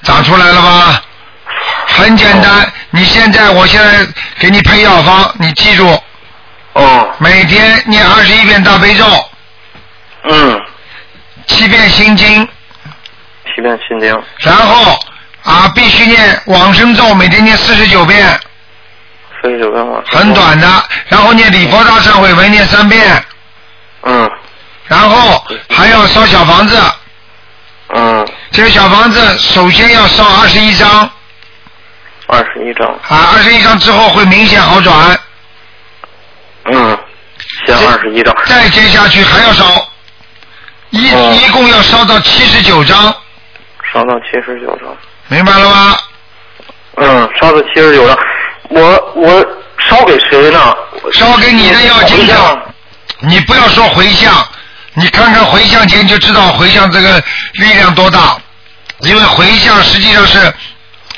长出来了吧？很简单，你现在我现在给你配药方，你记住，嗯每天念二十一遍大悲咒，嗯，七遍心经，七遍心经，然后啊必须念往生咒，每天念四十九遍，四十九遍往生很短的，然后念礼佛大忏悔文念三遍，嗯然后还要烧小房子，嗯，这个小房子首先要烧二十一张二十一章。啊，二十一张之后会明显好转，嗯，先这二十一章。再接下去还要烧，一、哦一共要烧到七十九张，烧到七十九章。明白了吗？嗯，烧到七十九章。我我烧给谁呢？烧给你的要经一常，你不要说回向，你看看回向前就知道回向这个力量多大，因为回向实际上是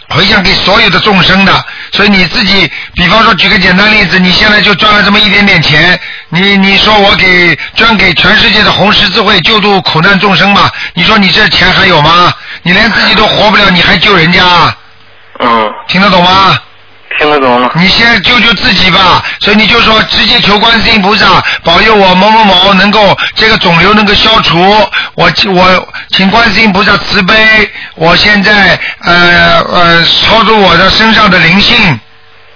回向给所有的众生的，所以你自己，比方说举个简单例子，你现在就赚了这么一点点钱，你你说我给捐给全世界的红十字会救助苦难众生嘛？你说你这钱还有吗？你连自己都活不了，你还救人家啊？嗯，听得懂吗？听得懂吗？你先救救自己吧，所以你就说直接求观世音菩萨保佑我某某某能够这个肿瘤能够消除，我我请观世音菩萨慈悲，我现在呃呃超出我的身上的灵性，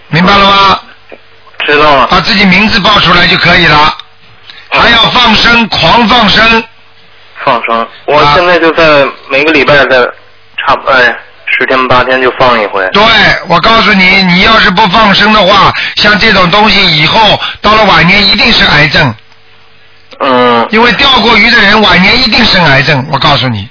明白了吗？知道了。把自己名字报出来就可以了，还要放生，狂放生，放生。我啊现在就在每个礼拜在差不多哎十天八天就放一回。对，我告诉你，你要是不放生的话，像这种东西以后到了晚年一定是癌症。嗯，因为钓过鱼的人晚年一定生癌症，我告诉你，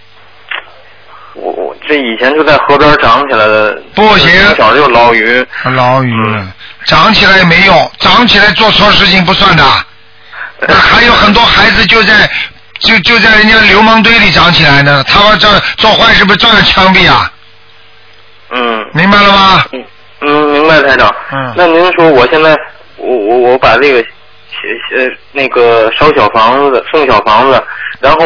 我我这以前就在河边长起来的。不行从小就捞鱼。老鱼了长起来也没用，长起来做错事情不算的。那还有很多孩子就在就就在人家流氓堆里长起来呢，他们这做坏事不是照样枪毙啊？嗯明白了吗？嗯嗯，明白台长。嗯那您说我现在我我我把这个写写那个烧小房子送小房子，然后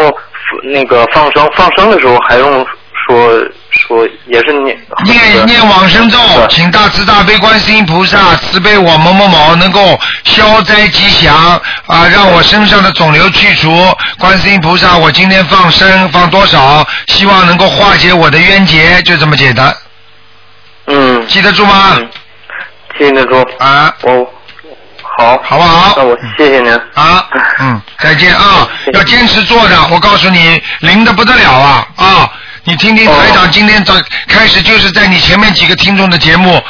那个放生放生的时候还用说说也是念念念往生咒，请大慈大悲观世音菩萨慈悲我某某某能够消灾吉祥啊，让我身上的肿瘤去除。观世音菩萨，我今天放生放多少，希望能够化解我的冤结，就这么简单，嗯，记得住吗？嗯记得住。啊，我好，好不好那我谢谢您。啊，嗯，再见啊谢，谢要坚持做的，我告诉你，灵的不得了啊啊！你听听台哦长今天早开始就是在你前面几个听众的节目，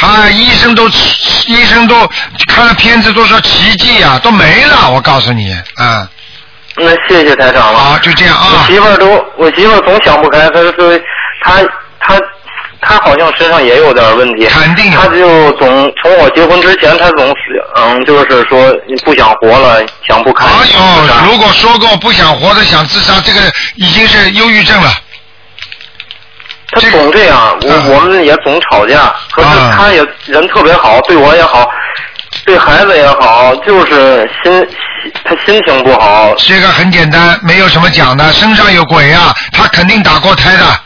啊，医生都医生都看了片子都说奇迹啊，都没了，我告诉你，啊，那谢谢台长了。好，就这样我啊，媳妇儿都，我媳妇儿总想不开，她说她她她好像身上也有点问题，肯定有她就总从我结婚之前，她总死，嗯，就是说不想活了，想不开。哎是吧呦，如果说过不想活着想自杀，这个已经是忧郁症了。她这总这样，我、嗯我们也总吵架，可是啊她也人特别好，对我也好，对孩子也好，就是心他心情不好，这个很简单，没有什么讲的，身上有鬼啊，他肯定打过胎的。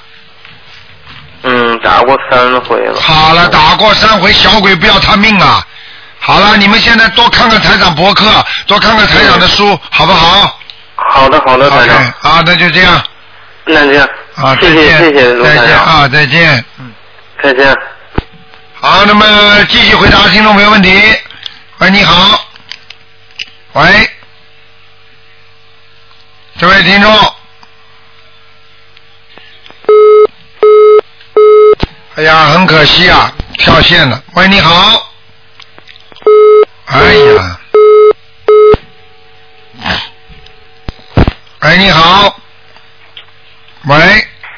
嗯，打过三回了。好了，打过三回小鬼不要他命啊！好了，你们现在多看看台长博客，多看看台长的书，好不好？好的，好的，台长 OK，啊，那就这样那这样，啊，谢再谢谢见，谢卢再台见长，嗯啊，再见。再见。好，那么继续回答听众朋友问题。喂，你好。喂，这位听众。哎呀，很可惜啊，跳线了。喂，你好。哎呀。喂，你好。喂，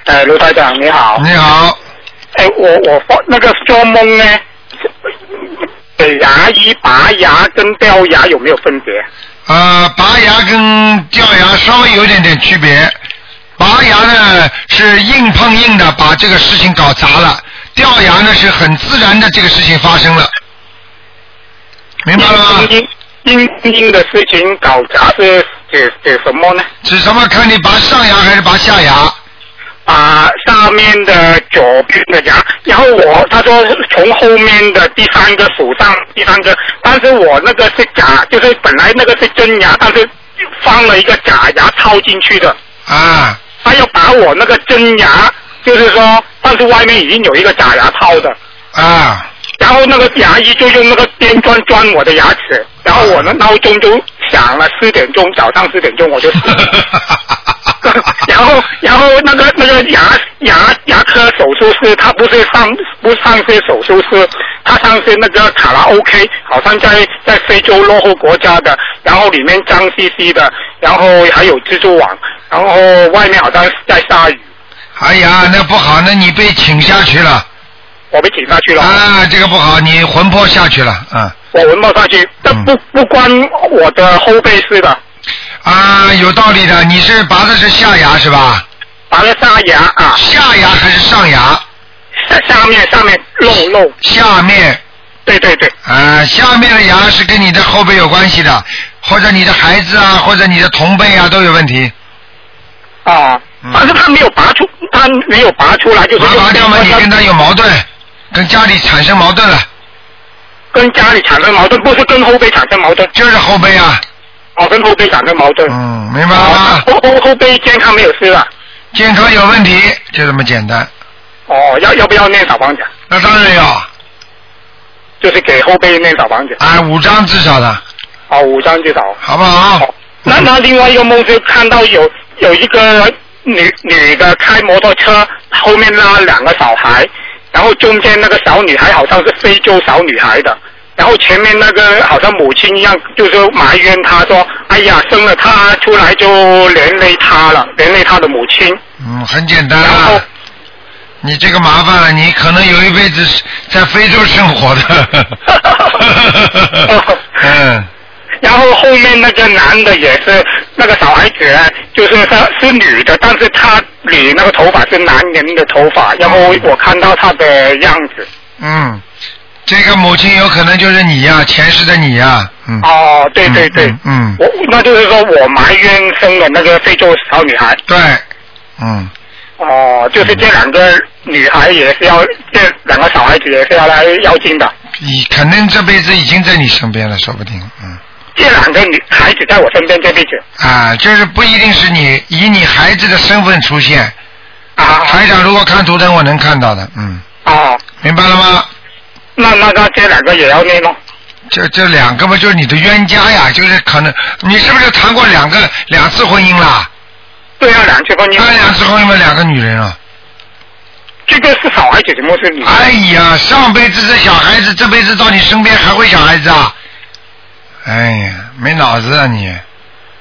哎，卢台长你好。你好。哎，我我发那个做梦呢，给牙医拔牙跟掉牙有没有分别？呃，拔牙跟掉牙稍微有点点区别。拔牙呢是硬碰硬的把这个事情搞砸了，掉牙呢是很自然的这个事情发生了，明白了吗？硬硬硬的事情搞砸是指指什么呢？指什么？看你拔上牙还是拔下牙？把上面的左边的牙，然后我他说从后面的第三个数上第三个，但是我那个是假，就是本来那个是真牙，但是放了一个假牙套进去的。啊，他要把我那个真牙，就是说，但是外面已经有一个假牙套的，啊，然后那个牙医就用那个尖钻钻我的牙齿，然后我的闹钟就响了四点钟，早上四点钟我就醒了。 *laughs* 然后，然后那个那个牙牙牙科手术室，他不是上不上是手术室，他上是那个卡拉 OK，好像在在非洲落后国家的，然后里面脏兮兮的，然后还有蜘蛛网，然后外面好像在下雨，哎呀，那不好，那你被请下去了我被请下去了。啊，这个不好，你魂魄下去了啊嗯我闻不下去，这不不关我的后背事的，啊，有道理的，你是拔的是下牙是吧？拔了下牙啊，下牙还是上牙？下下面上面漏漏，下面对对对，啊，下面的牙是跟你的后背有关系的，或者你的孩子啊，或者你的同辈啊都有问题。啊，嗯但是他没有拔出，他没有拔出来，就是麻用麻掉嘛，你他跟他有矛盾，跟家里产生矛盾了，跟家里产生矛盾，不是跟后背产生矛盾，就是后背啊。哦，跟后背产生矛盾，嗯，明白了啊吗，？后后后背健康没有事啊了，健康有问题，就这么简单。哦，要要不要念小房子？那当然要，就是给后背念小房子，哎，五张至少的，哦，五张就少。好不好好？那那另外一个梦是看到有有一个女女的开摩托车，后面拉两个小孩，然后中间那个小女孩好像是非洲小女孩的，然后前面那个好像母亲一样，就是埋怨她说：“哎呀，生了她出来就连累她了，连累她的母亲。嗯，很简单然啊后。你这个麻烦了，你可能有一辈子是在非洲生活 *laughs* 的。嗯。然后后面那个男的也是那个小孩子，就是他是女的，但是她理那个头发是男人的头发，然后我看到她的样子。嗯，这个母亲有可能就是你呀、前世的你呀、嗯。哦，对嗯，对对，嗯，嗯我那就是说我埋怨生的那个非洲小女孩，对，嗯，哦，就是这两个女孩也是要，这两个小孩子也是要来要经的，你肯定这辈子已经在你身边了，说不定，嗯，这两个女孩子在我身边这辈子啊，就是不一定是你以你孩子的身份出现。啊台长如果看图腾，我能看到的，嗯，啊，明白了吗？那那那这两个也要念咯，这这两个嘛，就是你的冤家呀，就是可能你是不是谈过两个两次婚姻啦？对啊，两次婚姻谈，两次婚姻嘛，两个女人啊。这个是小孩子，怎么是女的？哎呀，上辈子是小孩子，这辈子到你身边还会小孩子啊？哎呀，没脑子啊你！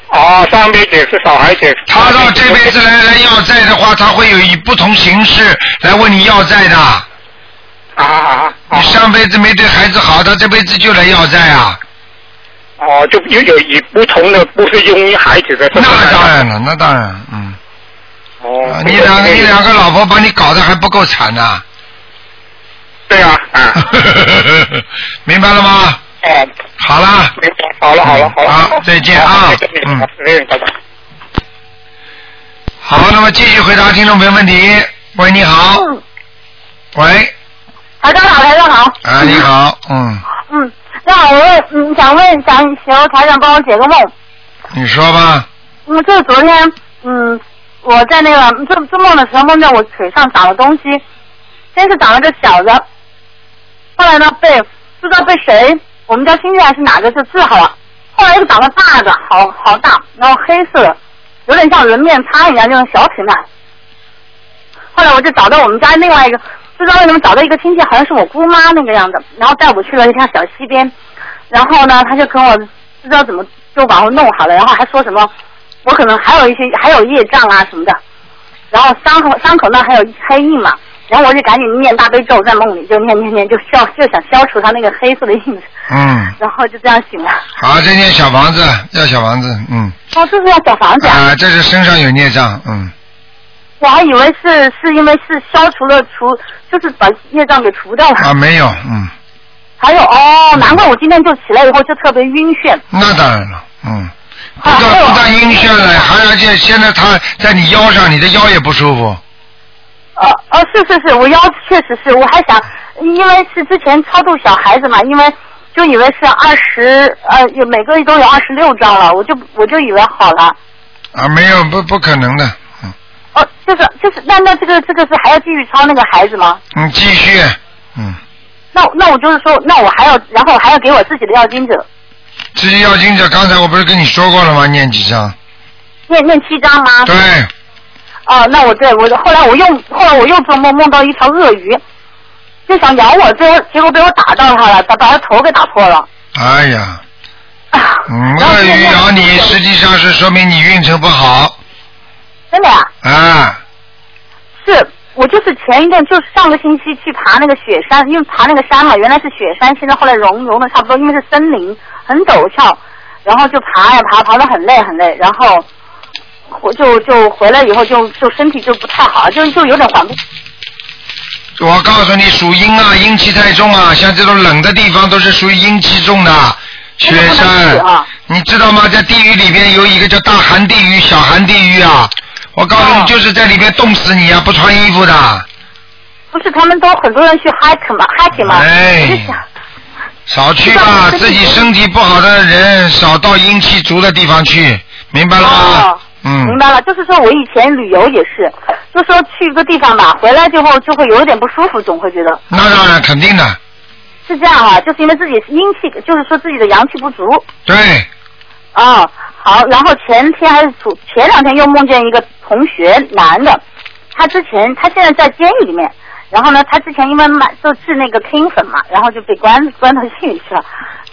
哦，上辈子是小孩子，他到这辈子来来要债的话，他会有以不同形式来问你要债的。啊啊啊你，上辈子没对孩子好，他这辈子就来要债啊？哦，就有有以不同的，不是用于孩子的，那当然了，那当然，嗯。哦啊，你两个你两个老婆把你搞得还不够惨呐、对啊啊。 *laughs* 明白了吗？哦，好啦，嗯明白好了好了好了，好再见啊好再见嗯好再见拜拜。好，那么继续回答听众朋友问题。喂，你好，喂，台长好，台长好，啊，你好，嗯，嗯，那好，我问嗯想问想请台长帮我解个梦，你说吧，嗯，就是昨天嗯我在那个做做梦的时候梦见我腿上长了东西，先是长了个小的，后来呢被不知道被谁我们家亲戚还是哪个就治好了，后来又长了大的，好好大，然后黑色的，有点像人面叉一样那种小品牌。后来我就找到我们家另外一个，不知道为什么找到一个亲戚，好像是我姑妈那个样子，然后带我去了一条小溪边，然后呢，他就跟我不知道怎么就把我弄好了，然后还说什么我可能还有一些还有业障啊什么的，然后伤口伤口那还有黑印嘛，然后我就赶紧念大悲咒，在梦里就念念念，就消就想消除他那个黑色的印子，嗯，然后就这样醒了。好，再见，小房子，要小房子，嗯，哦，这是要小房子啊？啊，这是身上有孽障，嗯，我还以为是是因为是消除了除，就是把业障给除掉了。啊，没有，嗯，还有哦，难怪我今天就起来以后就特别晕眩。那当然了，嗯，不啊还但有不但晕眩了，还而且现在他在你腰上，你的腰也不舒服，呃呃，是是是，我腰确实是，我还想，因为是之前超度小孩子嘛，因为就以为是二十呃，有每个月都有二十六张了，我就我就以为好了。啊，没有，不不可能的，哦、就是就是，那那这个这个是还要继续超那个孩子吗？你嗯继续，那那我就是说，那我还要，然后我还要给我自己的药精者这些要经者，刚才我不是跟你说过了吗？念几张？念念七张吗？对，哦，那我对我后来我又后来我又做梦梦到一条鳄鱼，就想咬我，最后结果被我打到它了，把把它头给打破了。哎呀，嗯，鳄鱼咬你，实际上是说明你运程不好真的呀、啊。是我就是前一段，就是上个星期去爬那个雪山，因为爬那个山嘛，原来是雪山，现在后来融融的差不多，因为是森林，很陡峭，然后就爬呀爬，爬的很累很累，然后我就就回来以后就就身体就不太好，就就有点缓不我告诉你，属阴啊，阴气太重啊，像这种冷的地方都是属于阴气重的。雪山，你知道吗？在地狱里边有一个叫大寒地狱、小寒地狱啊。我告诉你，就是在里边冻死你啊，不穿衣服的，不是他们都很多人去 hike 嘛 hike 嘛，哎我就想少去吧。自己身体不好的人，少到阴气足的地方去，明白了吗？嗯明白了，就是说我以前旅游也是，就说去一个地方吧，回来之后就会有一点不舒服，总会觉得那当然，肯定的，是这样啊，就是因为自己阴气，就是说自己的阳气不足。对。啊，好，然后前天还是昨前两天又梦见一个同学，男的，他之前他现在在监狱里面，然后呢，他之前因为买就治那个 King 粉嘛，然后就被关 *laughs* 关到监狱去了，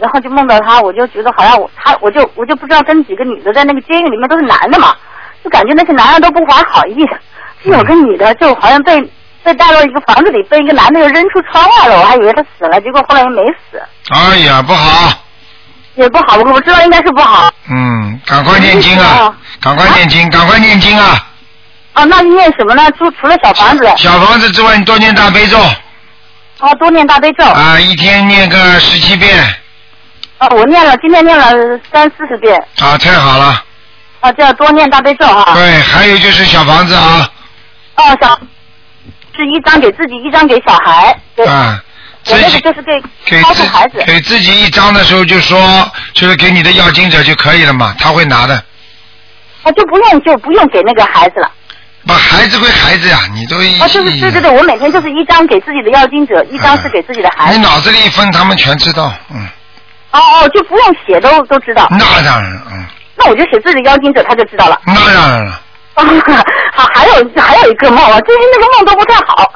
然后就梦到他，我就觉得好像我他我就我就不知道跟几个女的在那个监狱里面都是男的嘛，就感觉那些男的都不怀好意，就有个女的就好像被被带到一个房子里，被一个男的又扔出窗外了，我还以为他死了，结果后来又没死，哎呀，不好，也不好，我我知道应该是不好。嗯，赶快念经啊哦，赶快念经，赶快念经啊！哦，那念什么呢？除除了小房子，小房子之外，你多念大悲咒哦，多念大悲咒。啊，一天念个十七遍哦，我念了，今天念了三四十遍。啊，太好了。哦，就要多念大悲咒哈。对，还有就是小房子啊，哦，小是一张给自己，一张给小孩。对，啊，我那个就是给给超度自孩子。给自己一张的时候就说，就是给你的要经者就可以了嘛，他会拿的。哦，就不用就不用给那个孩子了。把孩子归孩子呀、你都一哦，就是对对对，我每天就是一张给自己的要经者，一张是给自己的孩你子。脑子里一分，他们全知道，嗯，哦哦，就不用写都都知道。那当然了，嗯，那我就写自己的要经者，他就知道了。 *laughs* 啊那当然了，好，还有还有一个梦啊，最近那个梦都不太好。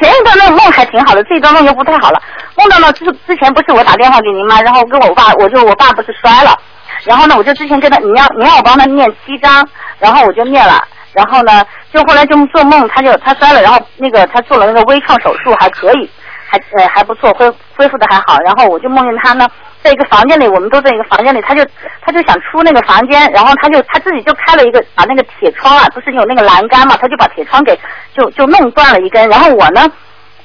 前一段那个梦还挺好的，这一段梦就不太好了。梦到呢，就是之前不是我打电话给您吗？然后跟我爸，我就我爸不是摔了，然后呢，我就之前跟他，你要你让我帮他念七章，然后我就念了，然后呢，就后来就做梦，他就他摔了，然后那个他做了那个微创手术，还可以，还呃还不错，恢恢复的还好。然后我就梦见他呢，在一个房间里，我们都在一个房间里，他就他就想出那个房间，然后他就他自己就开了一个，把那个铁窗啊，不是有那个栏杆嘛，他就把铁窗给就就弄断了一根。然后我呢，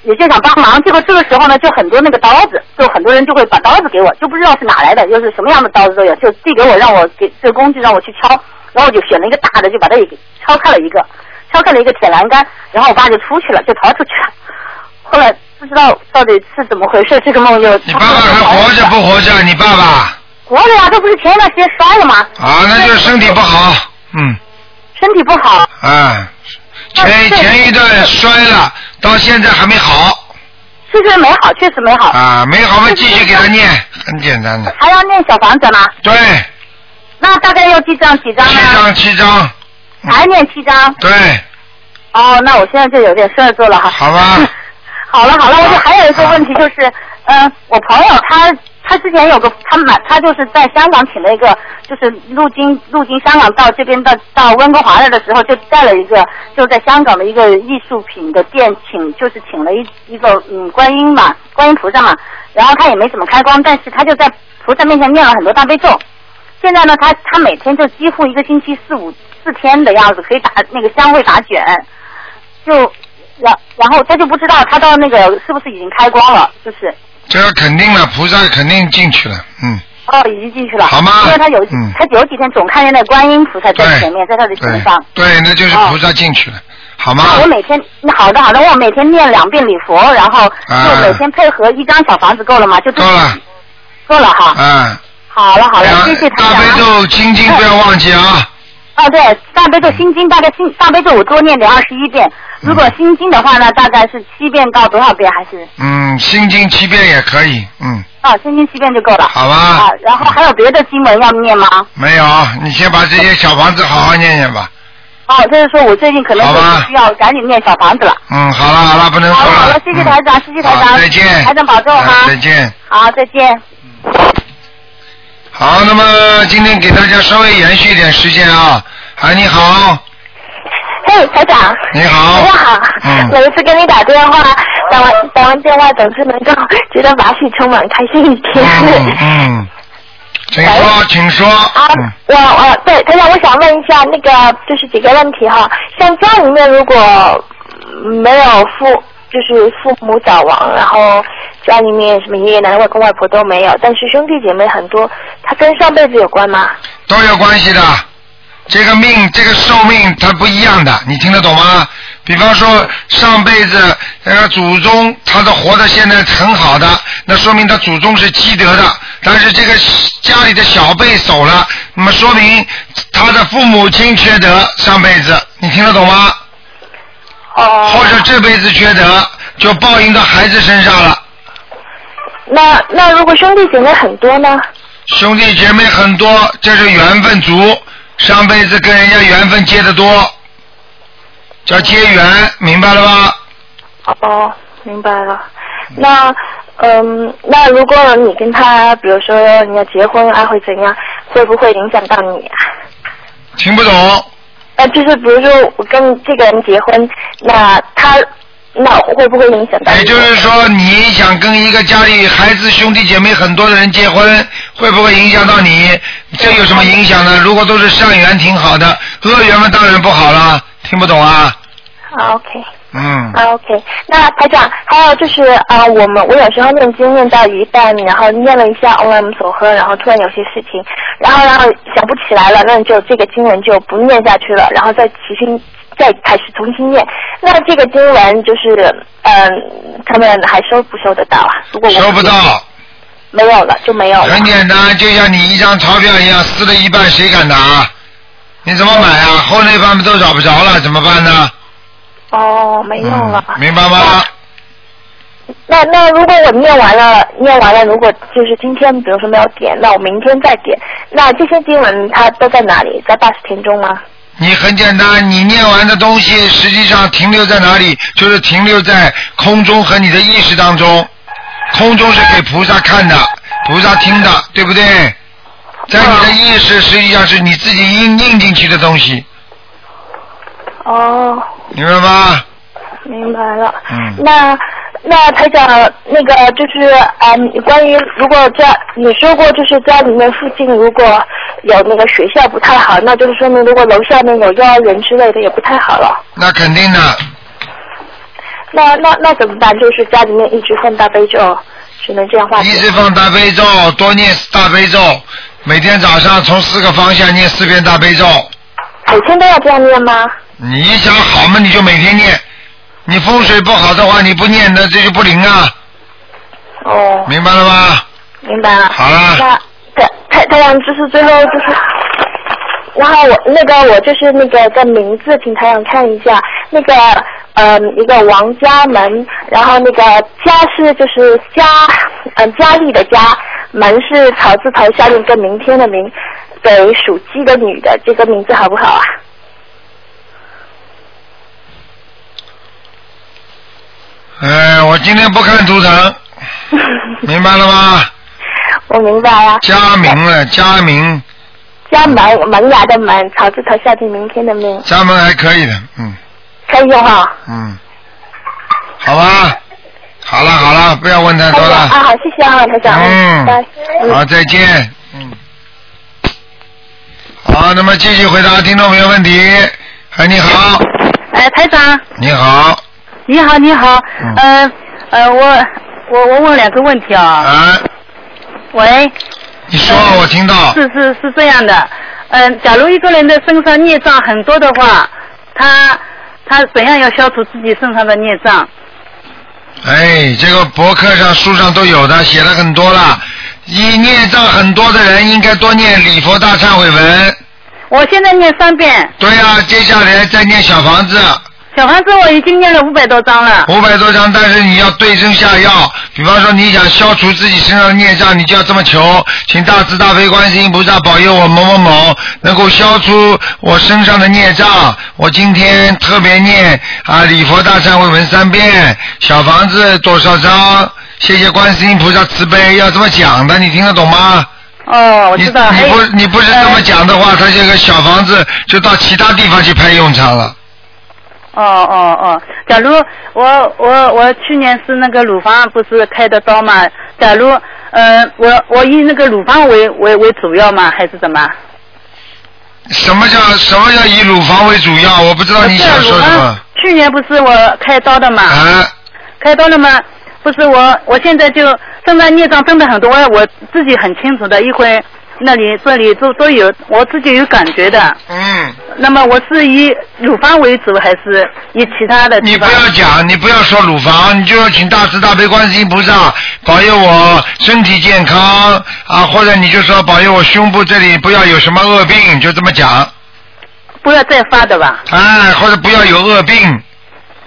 也就想帮忙，结果这个时候呢，就很多那个刀子，就很多人就会把刀子给我，就不知道是哪来的，就是什么样的刀子都有，就递给我让我给这个工具让我去敲，然后我就选了一个大的，就把它也给敲开了一个，敲开了一个铁栏杆，然后我爸就出去了，就逃出去了。后来不知道到底是怎么回事，这个梦就你爸爸还活着不活着？你爸爸活着呀，这不是前一段时间摔了吗？啊，那就是身体不好，嗯，身体不好，啊，前前一段摔了，到现在还没好确实没好，确实没好。啊，没好嘛，继续给他念，很简单的，还要念小房子吗？嗯对，那大概要记账几张呢？啊七张七张，还念七张？对，哦，那我现在就有点事儿做了哈。好吧。 *laughs* 好了好了，我就还有一个问题就是，嗯、我朋友他他之前有个他买他就是在香港请了一个，就是路经路经香港到这边到到温哥华来的时候，就带了一个就在香港的一个艺术品的店请就是请了一一个嗯观音嘛观音菩萨嘛，然后他也没怎么开光，但是他就在菩萨面前念了很多大悲咒。现在呢，他他每天就几乎一个星期四五四天的样子，可以打那个香会打卷，就然然后他就不知道他到那个是不是已经开光了，就是这个肯定了，菩萨肯定进去了，嗯，哦已经进去了，好吗因为他有、嗯他有几天总看见那观音菩萨在前面，在他的对前方。对，那就是菩萨进去了，好吗？那我每天那好的好的，我每天念两遍礼佛，然后就每天配合一张小房子够了吗？就够啊了，够了哈。嗯，好了好了，谢谢台大长悲啊。咒心经不要忘记啊，哦，对，大悲咒心经大概心大悲咒我多念点二十一遍，嗯如果心经的话呢，大概是七遍到多少遍还是？嗯，心经七遍也可以，嗯，啊，心经七遍就够了。好吧啊，然后还有别的经文要念吗？没有，你先把这些小房子好好念念吧，哦，就是说我最近可能好吧就需要赶紧念小房子了。嗯，好了好了，不能说好了好了了，，谢谢台长，谢谢台好长，再见台长保重嗯哈，再见。好，再见。好，那么今天给大家稍微延续一点时间啊。哎，你好，嘿，台长。你好大家好。嗯每一次跟你打电话，打完打完电话总是能够 *laughs* 觉得把喜充满，开心一天。嗯，请说，请说，嗯， *laughs* 我我对台长，我想问一下那个就是几个问题哈，像家里面如果嗯没有父就是父母早亡，然后家里面什么爷爷奶奶、外公外婆都没有，但是兄弟姐妹很多，他跟上辈子有关吗？都有关系的。这个命，这个寿命它不一样的，你听得懂吗？比方说上辈子那个祖宗，他的活的现在很好的，那说明他祖宗是积德的。但是这个家里的小辈走了，那么说明他的父母亲缺德，上辈子你听得懂吗？哦。或者这辈子缺德，就报应到孩子身上了。那那如果兄弟姐妹很多呢？兄弟姐妹很多，这是缘分足，上辈子跟人家缘分结的多，叫结缘，明白了吧？哦，明白了。那嗯，那如果你跟他，比如说你要结婚啊，会怎样？会不会影响到你啊？听不懂，那就是比如说我跟这个人结婚，那他那会不会影响到你？也就是说，你想跟一个家里孩子兄弟姐妹很多的人结婚，会不会影响到你？这有什么影响呢？如果都是善缘，挺好的；恶缘嘛，当然不好了。听不懂啊？啊，OK。嗯，啊，OK。那台长，还有就是啊、我们我有时候念经念到一半，然后念了一下哦 OM 所喝，然后突然有些事情，然后然后想不起来了，那你就这个经文就不念下去了，然后再重新再开始重新念。那这个经文就是嗯、他们还收不收得到啊？如果我收不到。没有了就没有了。很简单，就像你一张钞票一样，撕了一半，谁敢拿？你怎么买啊？后那半都找不着了，怎么办呢？哦，没用了。明白吗？那那如果我念完了，念完了，如果就是今天比如说没有点，那我明天再点。那这些经文它都在哪里？在八十天中吗？你很简单，你念完的东西实际上停留在哪里？就是停留在空中和你的意识当中。空中是给菩萨看的，菩萨听的，对不对？在你的意识实际上是你自己印印进去的东西，哦，明白吗？明白了。嗯。那那台长，那个就是嗯，关于如果家你说过，就是家里面附近如果有那个学校不太好，那就是说明如果楼下面有幼儿园之类的也不太好了。那肯定的。那那那怎么办？就是家里面一直放大悲咒，只能这样化解。一直放大悲咒，多念大悲咒，每天早上从四个方向念四遍大悲咒。每天都要这样念吗？你想好嘛，你就每天念。你风水不好的话，你不念的这就不灵啊。哦。明白了吗？明白了。好了那太太太阳就是最后就是，然后我那个我就是那个在名字，请太阳看一下那个。嗯，一个王家门，然后那个家是就是家，嗯，佳丽的家，门是草字头下面一个明天的明，给属鸡的女的，这个名字好不好啊？哎，我今天不看图 *laughs* 腾，明白了吗？我明白啊了。加名了，加名，家门门牙的门，草字头下面明天的明，加名还可以的，嗯可以用哈、嗯，好吧，好了好了，不要问太哎多呀了啊，。好，谢谢啊，台长。嗯拜嗯好，再见。嗯。好，那么继续回答听众朋友问题。哎，你好，哎，台长，你好，你好，你好，嗯呃呃，我我我问两个问题啊。啊。喂。呃你说，我听到。是是是这样的，嗯、假如一个人的身上孽障很多的话，他他怎样要消除自己身上的孽障？哎，这个博客上、书上都有的，写了很多了。以念障很多的人，应该多念礼佛大忏悔文。我现在念三遍。对呀、接下来再念小房子。小房子我已经念了五百多张了。 *laughs* 五百多张，但是你要对症下药。比方说，你想消除自己身上的孽障，你就要这么求，请大慈大悲观世音菩萨保佑我某某某能够消除我身上的孽障。我今天特别念啊礼佛大忏悔文三遍，小房子多少张？谢谢观世音菩萨慈悲，要这么讲的，你听得懂吗？哦，我你知道。哎呃你还有不你不是这么讲的话，他这个小房子就到其他地方去派用场了。哦哦哦，假如我我我去年是那个乳房不是开的刀嘛？假如呃我我以那个乳房为为为主要嘛，还是怎么？什么叫什么叫以乳房为主要？我不知啊道你想说什么。啊去年不是我开刀的嘛？开刀了嘛？不是我，我现在就身上孽障真的很多，我我自己很清楚的，一会那里这里都都有，我自己有感觉的。嗯。那么我是以乳房为主，还是以其他的？你不要讲，你不要说乳房，你就要请大慈大悲观世音菩萨保佑我身体健康啊，或者你就说保佑我胸部这里不要有什么恶病，就这么讲。不要再发的吧？哎，或者不要有恶病，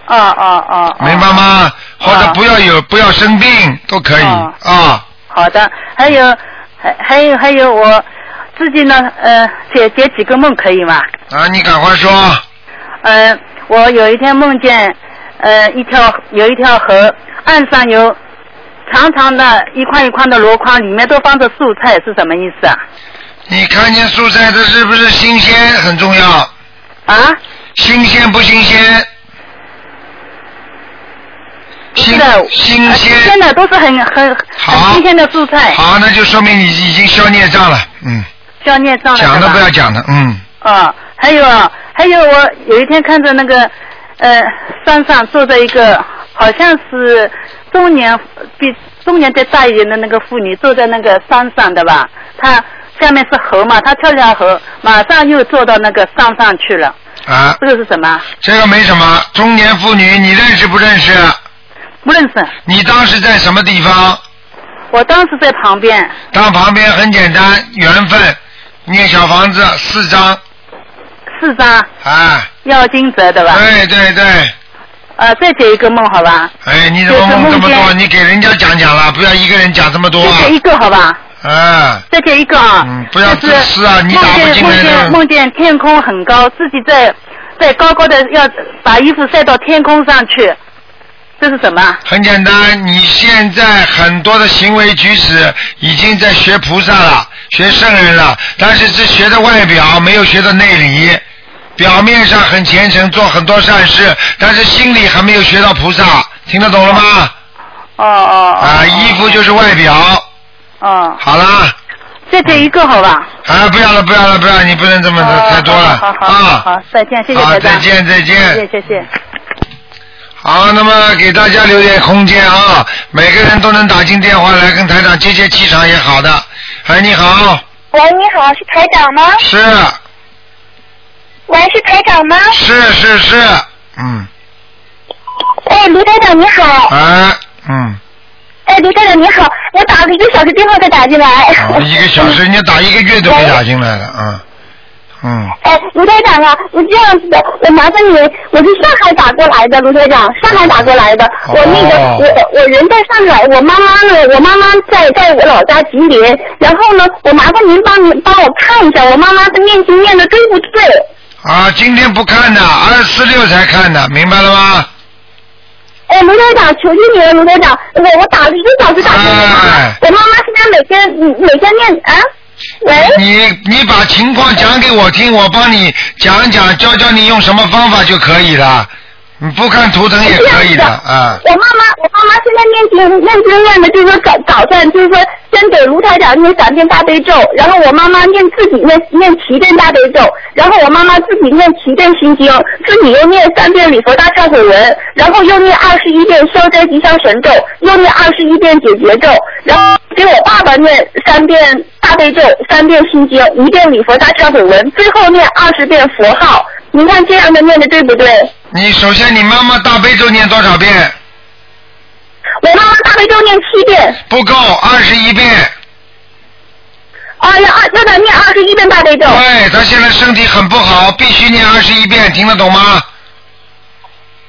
哦哦哦。哦明白？吗？或者不要有不要生病都可以啊。好的，还有还还有还有我自己呢，呃，解解几个梦可以吗？啊，你赶快说。呃，我有一天梦见，呃，一条有一条河，岸上有长长的一块一块的箩筐，里面都放着蔬菜，是什么意思啊？你看见蔬菜它是不是新鲜很重要？啊？新鲜不新鲜？新新呃鲜。的都是很很很新鲜的蔬菜，好，那就说明你已经消孽障了，嗯，需要念上来讲的都啊吧不要讲了，嗯，啊，还有啊，还有我有一天看着那个呃山上坐着一个好像是中年比中年再大一点的那个妇女坐在那个山上的吧，她下面是河嘛，她跳下河，马上又坐到那个山上去了。啊，这个是什么？这个没什么。中年妇女，你认识不认识？不认识。你当时在什么地方？我当时在旁边。当旁边很简单，缘分，念小房子四张，四张啊，要金折的吧？对对对。呃，再解一个梦好吧？哎，你怎么就是梦这梦么多？见你给人家讲讲了，不要一个人讲这么多啊再解！一个好吧？啊，再解一个啊！嗯，不要自就是私啊！你梦打不见进梦来见的，梦见天空很高，自己在在高高的要把衣服晒到天空上去，这是什么？啊很简单。你现在很多的行为举止已经在学菩萨了，学圣人了，但是只学的外表，没有学的内里。表面上很虔诚，做很多善事，但是心里还没有学到菩萨，听得懂了吗？哦哦啊，衣服就是外表。哦。好啦。再解一个好吧？啊，不要了，不要了，不要了，你不能这么的太多了哦好好好啊！好，再见，谢谢好台长。再见再见谢谢谢谢。好，那么给大家留点空间啊，每个人都能打进电话来跟台长接接气场也好的。哎，你好，喂，你好，是台长吗？是喂，是台长吗？是是是，嗯，哎，卢台长你好。哎，嗯，哎，卢台长你好，我打了一个小时电话才打进来。哎好一个小时人家打一个月都没打进来了啊，嗯，哎，卢台长啊，你这样子的，我麻烦你，我是上海打过来的，卢台长，上海打过来的。我那个，哦我我人在上海，我妈妈呢，我妈妈在在我老家吉林。然后呢，我麻烦您帮您帮我看一下，我妈妈的念经念的对不对？啊，今天不看的，二四六才看的，明白了吗？哎，卢台长，求求你了，卢台长，我我打了一个小时打哎进来了，我妈妈现在每天每天念啊，喂。你你把情况讲给我听，我帮你讲一讲，教教你用什么方法就可以了。你不看图腾也可以的啊。我妈妈，我妈妈现在念经念经念的，就是说早早上就是说先给卢台长念三遍大悲咒，然后我妈妈念自己念念七遍大悲咒，然后我妈妈自己念七遍心经，自己又念三遍礼佛大忏悔文，然后又念二十一遍消灾吉祥神咒，又念二十一遍解结咒，然后给我爸爸念三遍大悲咒，三遍心经，一遍礼佛大忏悔文，最后念二十遍佛号。您看这样的念的对不对？你首先你妈妈大悲咒念多少遍？我妈妈大悲咒念七遍。不够，二十一遍。啊，要二要得念二十一遍大悲咒。对，她现在身体很不好，必须念二十一遍，听得懂吗？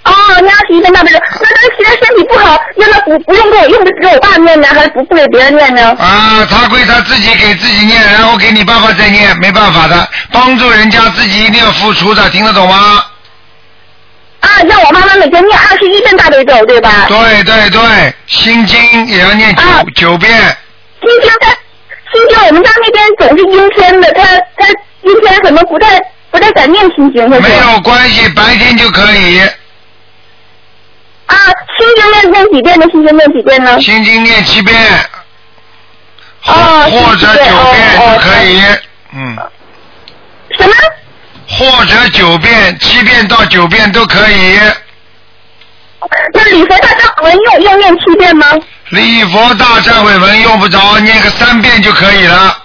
哦，念二十一遍大悲咒。那他现在身体不好，让他不不用给我用给我爸念呢，还是不不给别人念呢？啊，她归她自己给自己念，然后给你爸爸再念，没办法的，帮助人家自己一定要付出的，听得懂吗？啊，让我妈妈每天念二十一遍大悲咒，对吧？啊对对对，心经也要念九、九遍。今天他，今天我们家那边总是阴天的，他他今天可能不太不太敢念心经，他说没有关系，白天就可以。啊，心经念念几遍呢？心经念几遍呢？心经念七遍。哦，或者九遍就可以。嗯。什么？或者九遍、七遍到九遍都可以。那礼佛大忏悔文用用念七遍吗？礼佛大忏悔文用不着，念个三遍就可以了。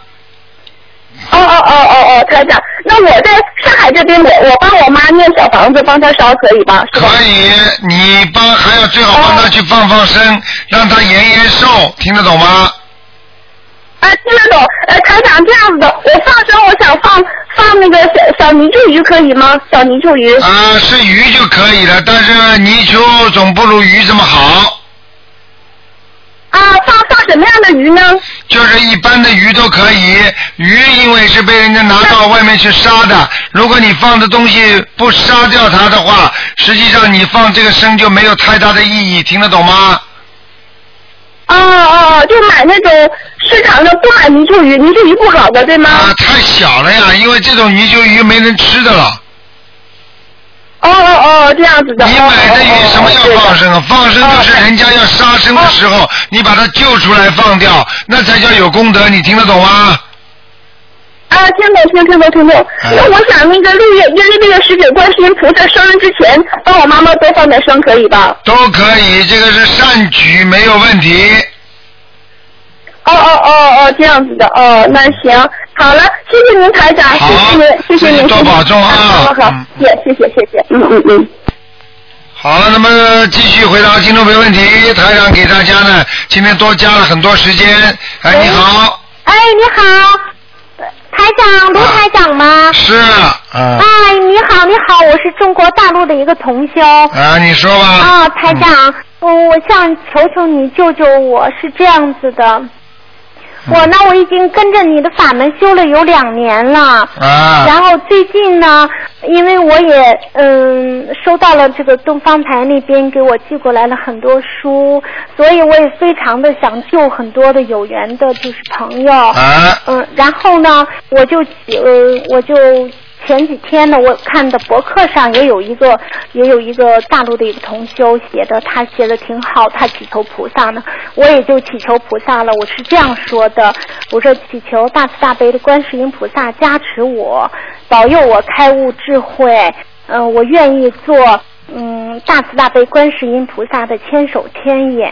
哦哦哦哦哦，台长，那我在上海这边，我我帮我妈念小房子，帮她烧可以吧？可以，你帮还要最好帮他去放放生，让他延延寿，听得懂吗？啊，听得懂。呃，台长这样子的，我放生，我想放放那个小小泥鳅鱼，可以吗？小泥鳅鱼。啊，是鱼就可以了，但是泥鳅总不如鱼这么好。啊，放放什么样的鱼呢？就是一般的鱼都可以，鱼因为是被人家拿到外面去杀的，如果你放的东西不杀掉它的话，实际上你放这个生就没有太大的意义，听得懂吗？哦哦哦，就买那种市场上不买泥鳅鱼，泥鳅鱼不好的，对吗？啊，太小了呀，因为这种泥鳅鱼没人吃的了。哦哦哦，这样子的。哦你买的鱼什么叫放生啊？放生就是人家要杀生的时候，你把它救出来放掉，那才叫有功德，你听得懂吗？啊，听懂，听听懂，听懂。啊那我想那个六月，因为那个十九观世音菩萨生日之前，帮我妈妈多放点生，可以吧？都可以，这个是善举，没有问题。哦哦哦哦，这样子的哦，那行，好了，谢谢您台长，谢谢您，谢谢您，多保重啊！好好好，谢谢谢谢谢，嗯嗯嗯。好了，那么继续回答听众朋友问题。台长给大家呢，今天多加了很多时间。哎，你好，哎，你好，台长，卢台长吗？是啊，啊哎，你好，你好，我是中国大陆的一个同修。啊，你说吧。嗯啊，台长，我、我想求求你救救我，是这样子的。嗯我呢，我已经跟着你的法门修了有两年了。啊然后最近呢，因为我也嗯收到了这个东方台那边给我寄过来了很多书，所以我也非常的想救很多的有缘的，就是朋友。啊嗯，然后呢，我就呃我就。前几天呢，我看的博客上也有一个，也有一个大陆的一个同修写的，他写的挺好，他祈求菩萨呢，我也就祈求菩萨了。我是这样说的，我说祈求大慈大悲的观世音菩萨呃加持我，保佑我开悟智慧。嗯、我愿意做嗯，大慈大悲观世音菩萨的千手千眼，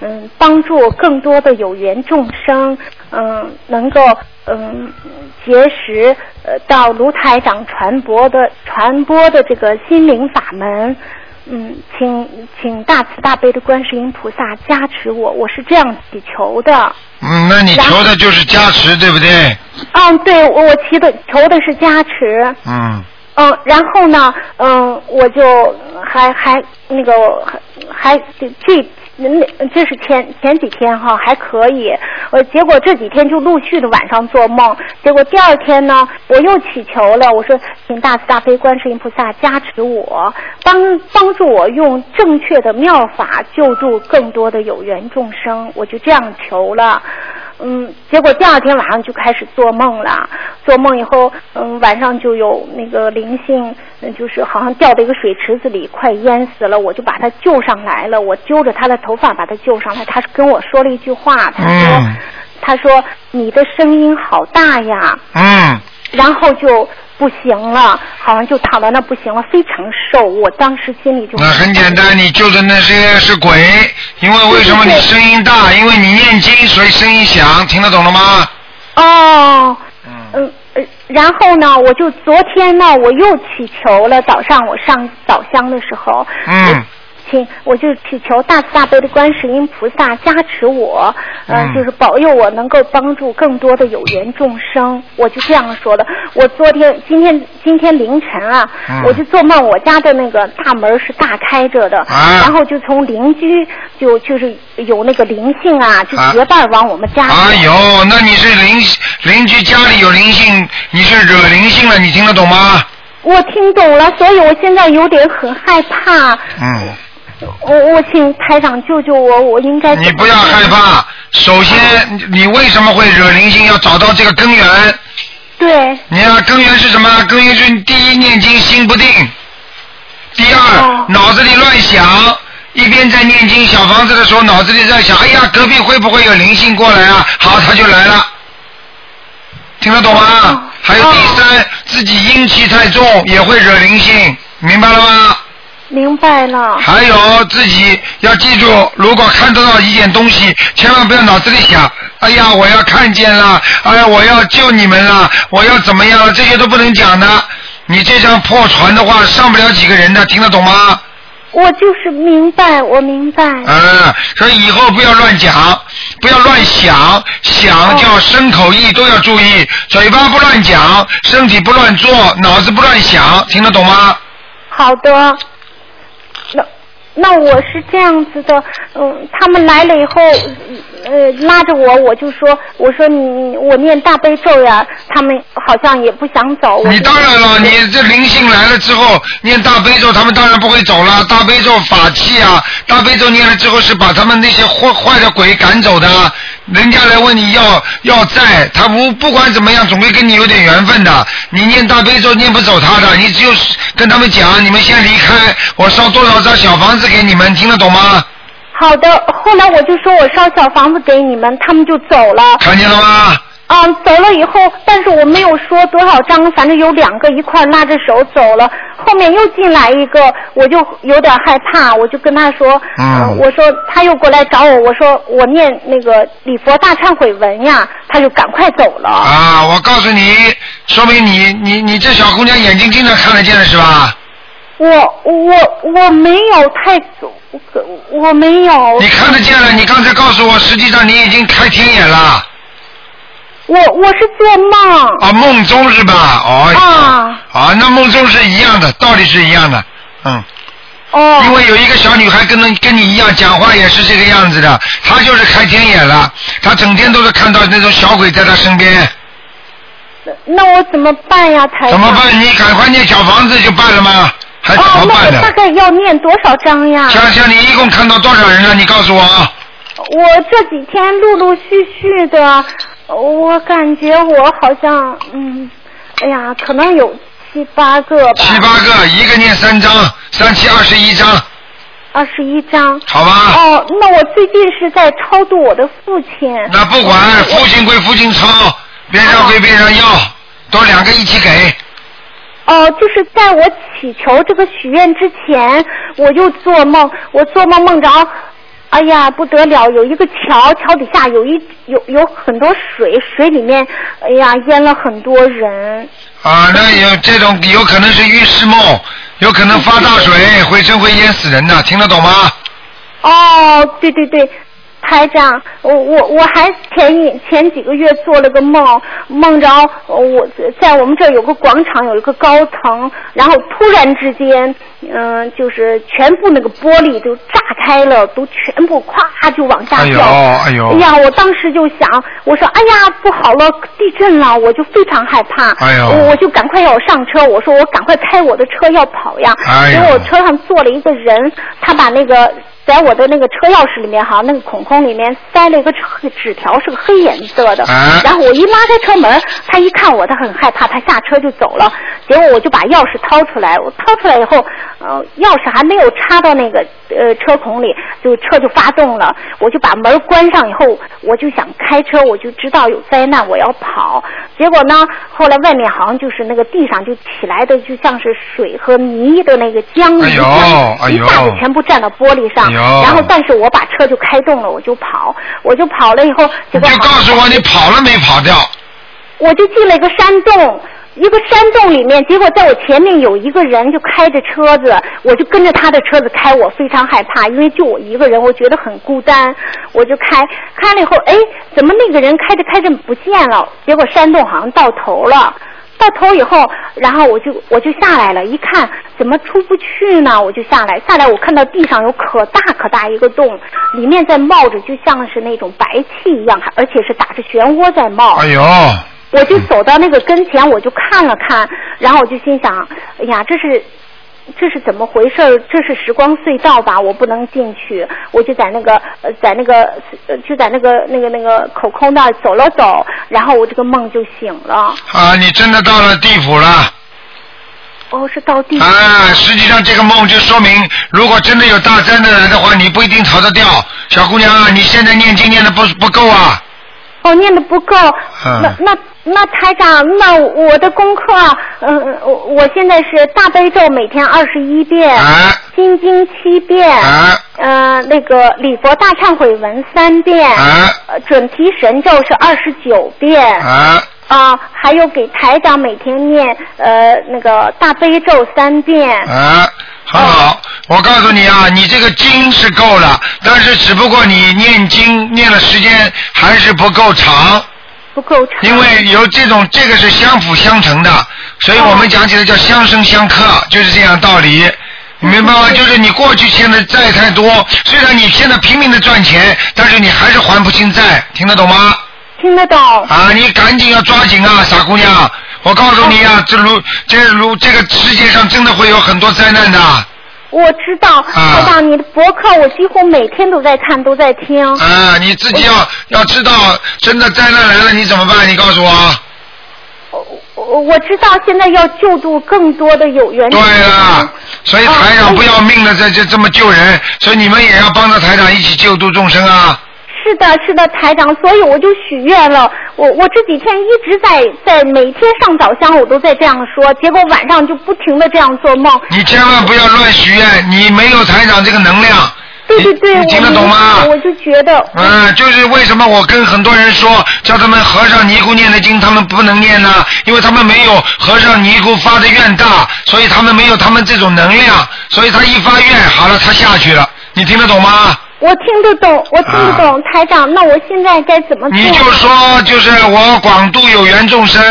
嗯，帮助更多的有缘众生，嗯，能够嗯结识呃到卢台长传播的传播的这个心灵法门，嗯，请请大慈大悲的观世音菩萨加持我，我是这样祈求的。嗯，那你求的就是加持，对不对？嗯，对，我我祈的求的是加持。嗯，嗯，然后呢，嗯，我就还还那个还这这那这是前前几天哈还可以，呃，结果这几天就陆续的晚上做梦，结果第二天呢，我又祈求了，我说请大慈大悲观世音菩萨加持我，帮帮助我用正确的妙法救助更多的有缘众生，我就这样求了。嗯，结果第二天晚上就开始做梦了，做梦以后，嗯，晚上就有那个灵性，嗯就是好像掉到一个水池子里，快淹死了，我就把他救上来了，我揪着他的头发把他救上来，他跟我说了一句话，他说，嗯他说你的声音好大呀，嗯，然后就不行了，好像就躺到那不行了，非常瘦，我当时心里就那很简单，你救的那些是鬼，因为为什么你声音大？因为你念经，所以声音响，听得懂了吗？哦，嗯，呃然后呢，我就昨天呢，我又祈求了，早上我上早香的时候，嗯请我就祈求大慈大悲的观世音菩萨加持我，呃嗯就是保佑我能够帮助更多的有缘众生。我就这样说的。我昨天、今天、今天凌晨啊，嗯我就做梦，我家的那个大门是大开着的，然后就从邻居就就是有那个灵性啊，就啊结伴往我们家里。哎呦，那你是邻邻居家里有灵性，你是惹灵性了，你听得懂吗？我听懂了，所以我现在有点很害怕。嗯，我我请台长救救我，我应该你不要害怕。首先，你你为什么会惹灵性？要找到这个根源。对。你要根源是什么？根源是第一念经心不定，第二脑子里乱想，一边在念经小房子的时候，脑子里在想，哎呀，隔壁会不会有灵性过来啊？好，他就来了。听得懂吗？还有第三，自己阴气太重也会惹灵性，明白了吗？明白了。还有自己要记住，如果看得到一点东西，千万不要脑子里想，哎呀，我要看见了，哎呀，我要救你们了，我要怎么样了，这些都不能讲的。你这张破船的话，上不了几个人的，听得懂吗？我就是明白，我明白。嗯，所以以后不要乱讲，不要乱想，想叫身口意都要注意，嘴巴不乱讲，身体不乱做，脑子不乱想，听得懂吗？好的。那那我是这样子的，嗯，他们来了以后，呃，拉着我，我就说，我说你我念大悲咒呀，他们好像也不想走。哦我你就当然了，你这灵性来了之后，念大悲咒，他们当然不会走了。大悲咒法器啊，大悲咒念了之后是把他们那些坏坏的鬼赶走的。人家来问你要要债，他不不管怎么样，总归跟你有点缘分的。你念大悲咒念不走他的，你只有跟他们讲，你们先离开，我烧多少张小房子给你们，听得懂吗？好的，后来我就说我烧小房子给你们，他们就走了。看见了吗？嗯，走了以后，但是我没有说多少张，反正有两个一块儿拉着手走了。后面又进来一个，我就有点害怕，我就跟他说，嗯呃我说他又过来找我，我说我念那个礼佛大忏悔文呀，他就赶快走了。啊，我告诉你，说明你你你这小姑娘眼睛经常看得见的是吧？我我我没有太，我没有。你看得见了，你刚才告诉我，实际上你已经开天眼了。我我是做梦。啊，梦中是吧？哦。啊。啊，那梦中是一样的，道理是一样的，嗯。哦。因为有一个小女孩跟着跟你一样，讲话也是这个样子的，她就是开天眼了，她整天都是看到那种小鬼在她身边，那我怎么办呀，台怎长？么办？你赶快念小房子就办了吗？还怎么，哦那办我的大？概要念多少章呀？想想你一共看到多少人了？你告诉我啊。我这几天陆陆续续的，我感觉我好像，嗯，哎呀，可能有七八个吧，七八个，一个念三张，三七二十一张。二十一张。好吧哦，那我最近是在超度我的父亲。那不管，哦父亲归父亲抄，边上归边上要，都两个一起给。哦，就是在我祈求这个许愿之前，我就做梦，我做梦梦着，哎呀不得了，有一个桥，桥底下有一有有很多水，水里面，哎呀淹了很多人。啊，那有这种有可能是预示梦，有可能发大水，会真会淹死人的，听得懂吗？哦，对对对，台长，我我我还前一前几个月做了个梦，梦着呃我在我们这儿有个广场有一个高层，然后突然之间，嗯、就是全部那个玻璃就炸开了，都全部咵就往下哎呦掉。哎呦哎呀，我当时就想，我说哎呀不好了，地震了，我就非常害怕。哎呦我我就赶快要上车，我说我赶快开我的车要跑呀。哎呦结果我车上坐了一个人，他把那个在我的那个车钥匙里面哈，那个孔孔里面塞了一个纸纸条，是个黑颜色的。啊然后我一拉开车门，他一看我，他很害怕，他下车就走了。结果我就把钥匙掏出来，我掏出来以后，呃，钥匙还没有插到那个呃车孔里，就车就发动了。我就把门关上以后，我就想开车，我就知道有灾难，我要跑。结果呢，后来外面好像就是那个地上就起来的，就像是水和泥的那个浆哎一呦样，哎一呦下子全部站到玻璃上。哎呦然后，但是我把车就开动了，我就跑，我就跑了以后，结果就告诉我你跑了没跑掉？我就进了一个山洞，一个山洞里面，结果在我前面有一个人就开着车子，我就跟着他的车子开，我非常害怕，因为就我一个人，我觉得很孤单，我就开，开了以后，哎，怎么那个人开着开着不见了？结果山洞好像到头了。到头以后，然后我就我就下来了，一看怎么出不去呢？我就下来，下来我看到地上有可大可大一个洞，里面在冒着就像是那种白气一样，还而且是打着漩涡在冒。哎呦，我就走到那个跟前，我就看了看，然后我就心想，哎呀，这是。这是怎么回事儿？这是时光隧道吧？我不能进去，我就在那个呃，在那个呃，就在那个那个那个口空那儿走了走，然后我这个梦就醒了。啊，你真的到了地府了。哦，是到地府。啊，实际上这个梦就说明，如果真的有大灾难来的话，你不一定逃得掉。小姑娘啊，你现在念经念的不不够啊。哦，念的不够。嗯那那那台长，那我的功课，嗯、呃，我我现在是大悲咒每天二十一遍，啊心经七遍，呃，那个礼佛大忏悔文三遍，呃准提神咒是二十九遍。啊啊，还有给台长每天念呃那个大悲咒三遍，啊，很哦好。我告诉你啊，你这个经是够了，但是只不过你念经念的时间还是不够长。不够长。因为有这种，这个是相辅相成的，所以我哦们讲起来叫相生相克，就是这样道理。嗯你明白吗？就是你过去欠的债太多，虽然你现在拼命的赚钱，但是你还是还不清债，听得懂吗？听得懂。啊，你赶紧要抓紧啊，傻姑娘！我告诉你哦啊，这如这如这个世界上真的会有很多灾难的。我知啊道，台长你的博客我几乎每天都在看，都在听。啊，你自己哦要要知道，真的灾难来了你怎么办？你告诉我。我我知道现在要救助更多的有缘人。对啊，所哦以台长不要命的在这这么救人，所以你们也要帮着台长一起救度众生啊！是的，是的，台长，所以我就许愿了。我我这几天一直在在每天上早香，我都在这样说，结果晚上就不停的这样做梦。你千万不要乱许愿，你没有台长这个能量。对对对，你听得我懂吗我就觉得，嗯，就是为什么我跟很多人说，叫他们和尚尼姑念的经，他们不能念呢、因为他们没有和尚尼姑发的愿大，所以他们没有他们这种能量，所以他一发愿，好了，他下去了。你听得懂吗？我听得懂，我听得懂，台长，那我现在该怎么做？啊你就说，就是我广度有缘众生，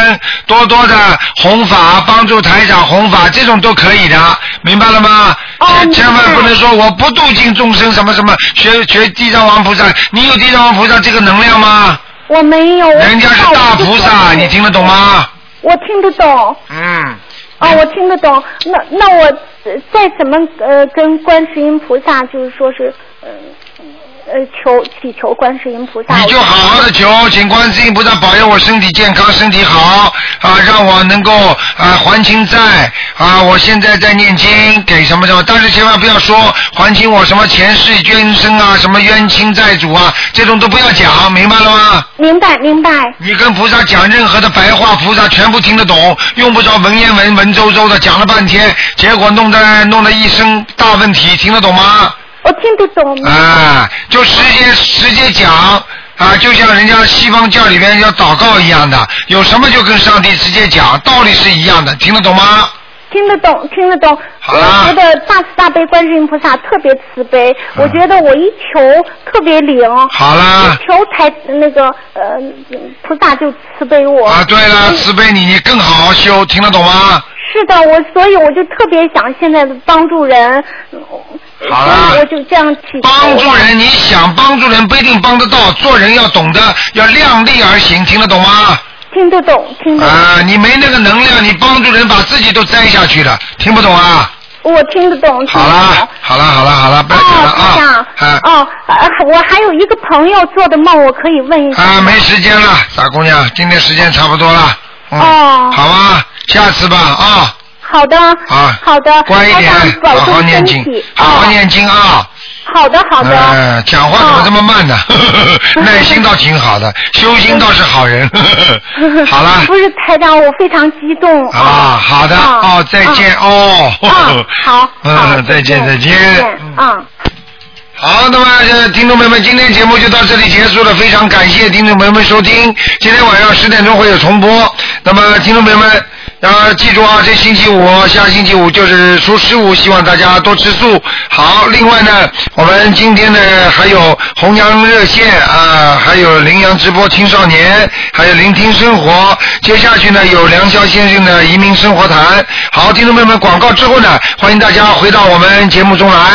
多多的弘法，帮助台长弘法，这种都可以的，明白了吗？哦千千万不能说我不度尽众生什么什么，学学地藏王菩萨，你有地藏王菩萨这个能量吗？我没有，人家是大菩萨，你听得懂吗？我听得懂。嗯。哦，我听得懂。那那我呃再怎么呃跟观世音菩萨，就是说是嗯、呃求祈求观世音菩萨，你就好好的求，请观世音菩萨保佑我身体健康，身体好啊，让我能够啊还清债啊。我现在在念经，给什么什么，但是千万不要说还清我什么前世冤生啊，什么冤亲债主啊，这种都不要讲，明白了吗？明白明白。你跟菩萨讲任何的白话，菩萨全部听得懂，用不着文言文文绉绉的讲了半天，结果弄得弄得一身大问题，听得懂吗？我听不懂。啊，就直接直接讲啊，就像人家西方教里边要祷告一样的，有什么就跟上帝直接讲，道理是一样的，听得懂吗？听得懂，听得懂。好我啦嗯觉得大慈大悲观世音菩萨特别慈悲，我觉得我一求特别灵。好啦一求才那个呃，菩萨就慈悲我。啊，对嗯了，慈悲你，你更好好修，听得懂吗？是的，我所以我就特别想现在帮助人，好所以了我，就这样祈求。帮助人，你想帮助人不一定帮得到，做人要懂得要量力而行，听得懂吗？听得懂，听得懂。啊，你没那个能量，你帮助人把自己都栽下去了，听不懂啊？我听得懂。好啦，好啦，好啦，好啦，不要哦，讲了台啊。长，哦，呃我还有一个朋友做的梦，我可以问一下。啊，没时间了，傻姑娘，今天时间差不多了。嗯、哦好吧，下次吧啊好的，啊，好的，乖一台点长，好保好重念身经体，好好念经啊。好的，好的。哦呃，讲话怎么这么慢呢？ *laughs* *laughs* 耐心倒挺好的，修心倒是好人。好啦， *laughs* 不是台长，我非常激动啊， *laughs* 好的，哦，再见哦。好， *laughs* 嗯，再见，再见。嗯。好，那么呃听众朋友们，今天节目就到这里结束了，非常感谢听众朋友们收听。今天晚上十点钟会有重播。那么听众朋友们，呃，记住啊，这星期五、下星期五就是初十五，希望大家多吃素。好，另外呢，我们今天呢还有弘扬热线啊、还有羚羊直播青少年，还有聆听生活。接下去呢有梁霄先生的移民生活谈。好，听众朋友们，广告之后呢，欢迎大家回到我们节目中来。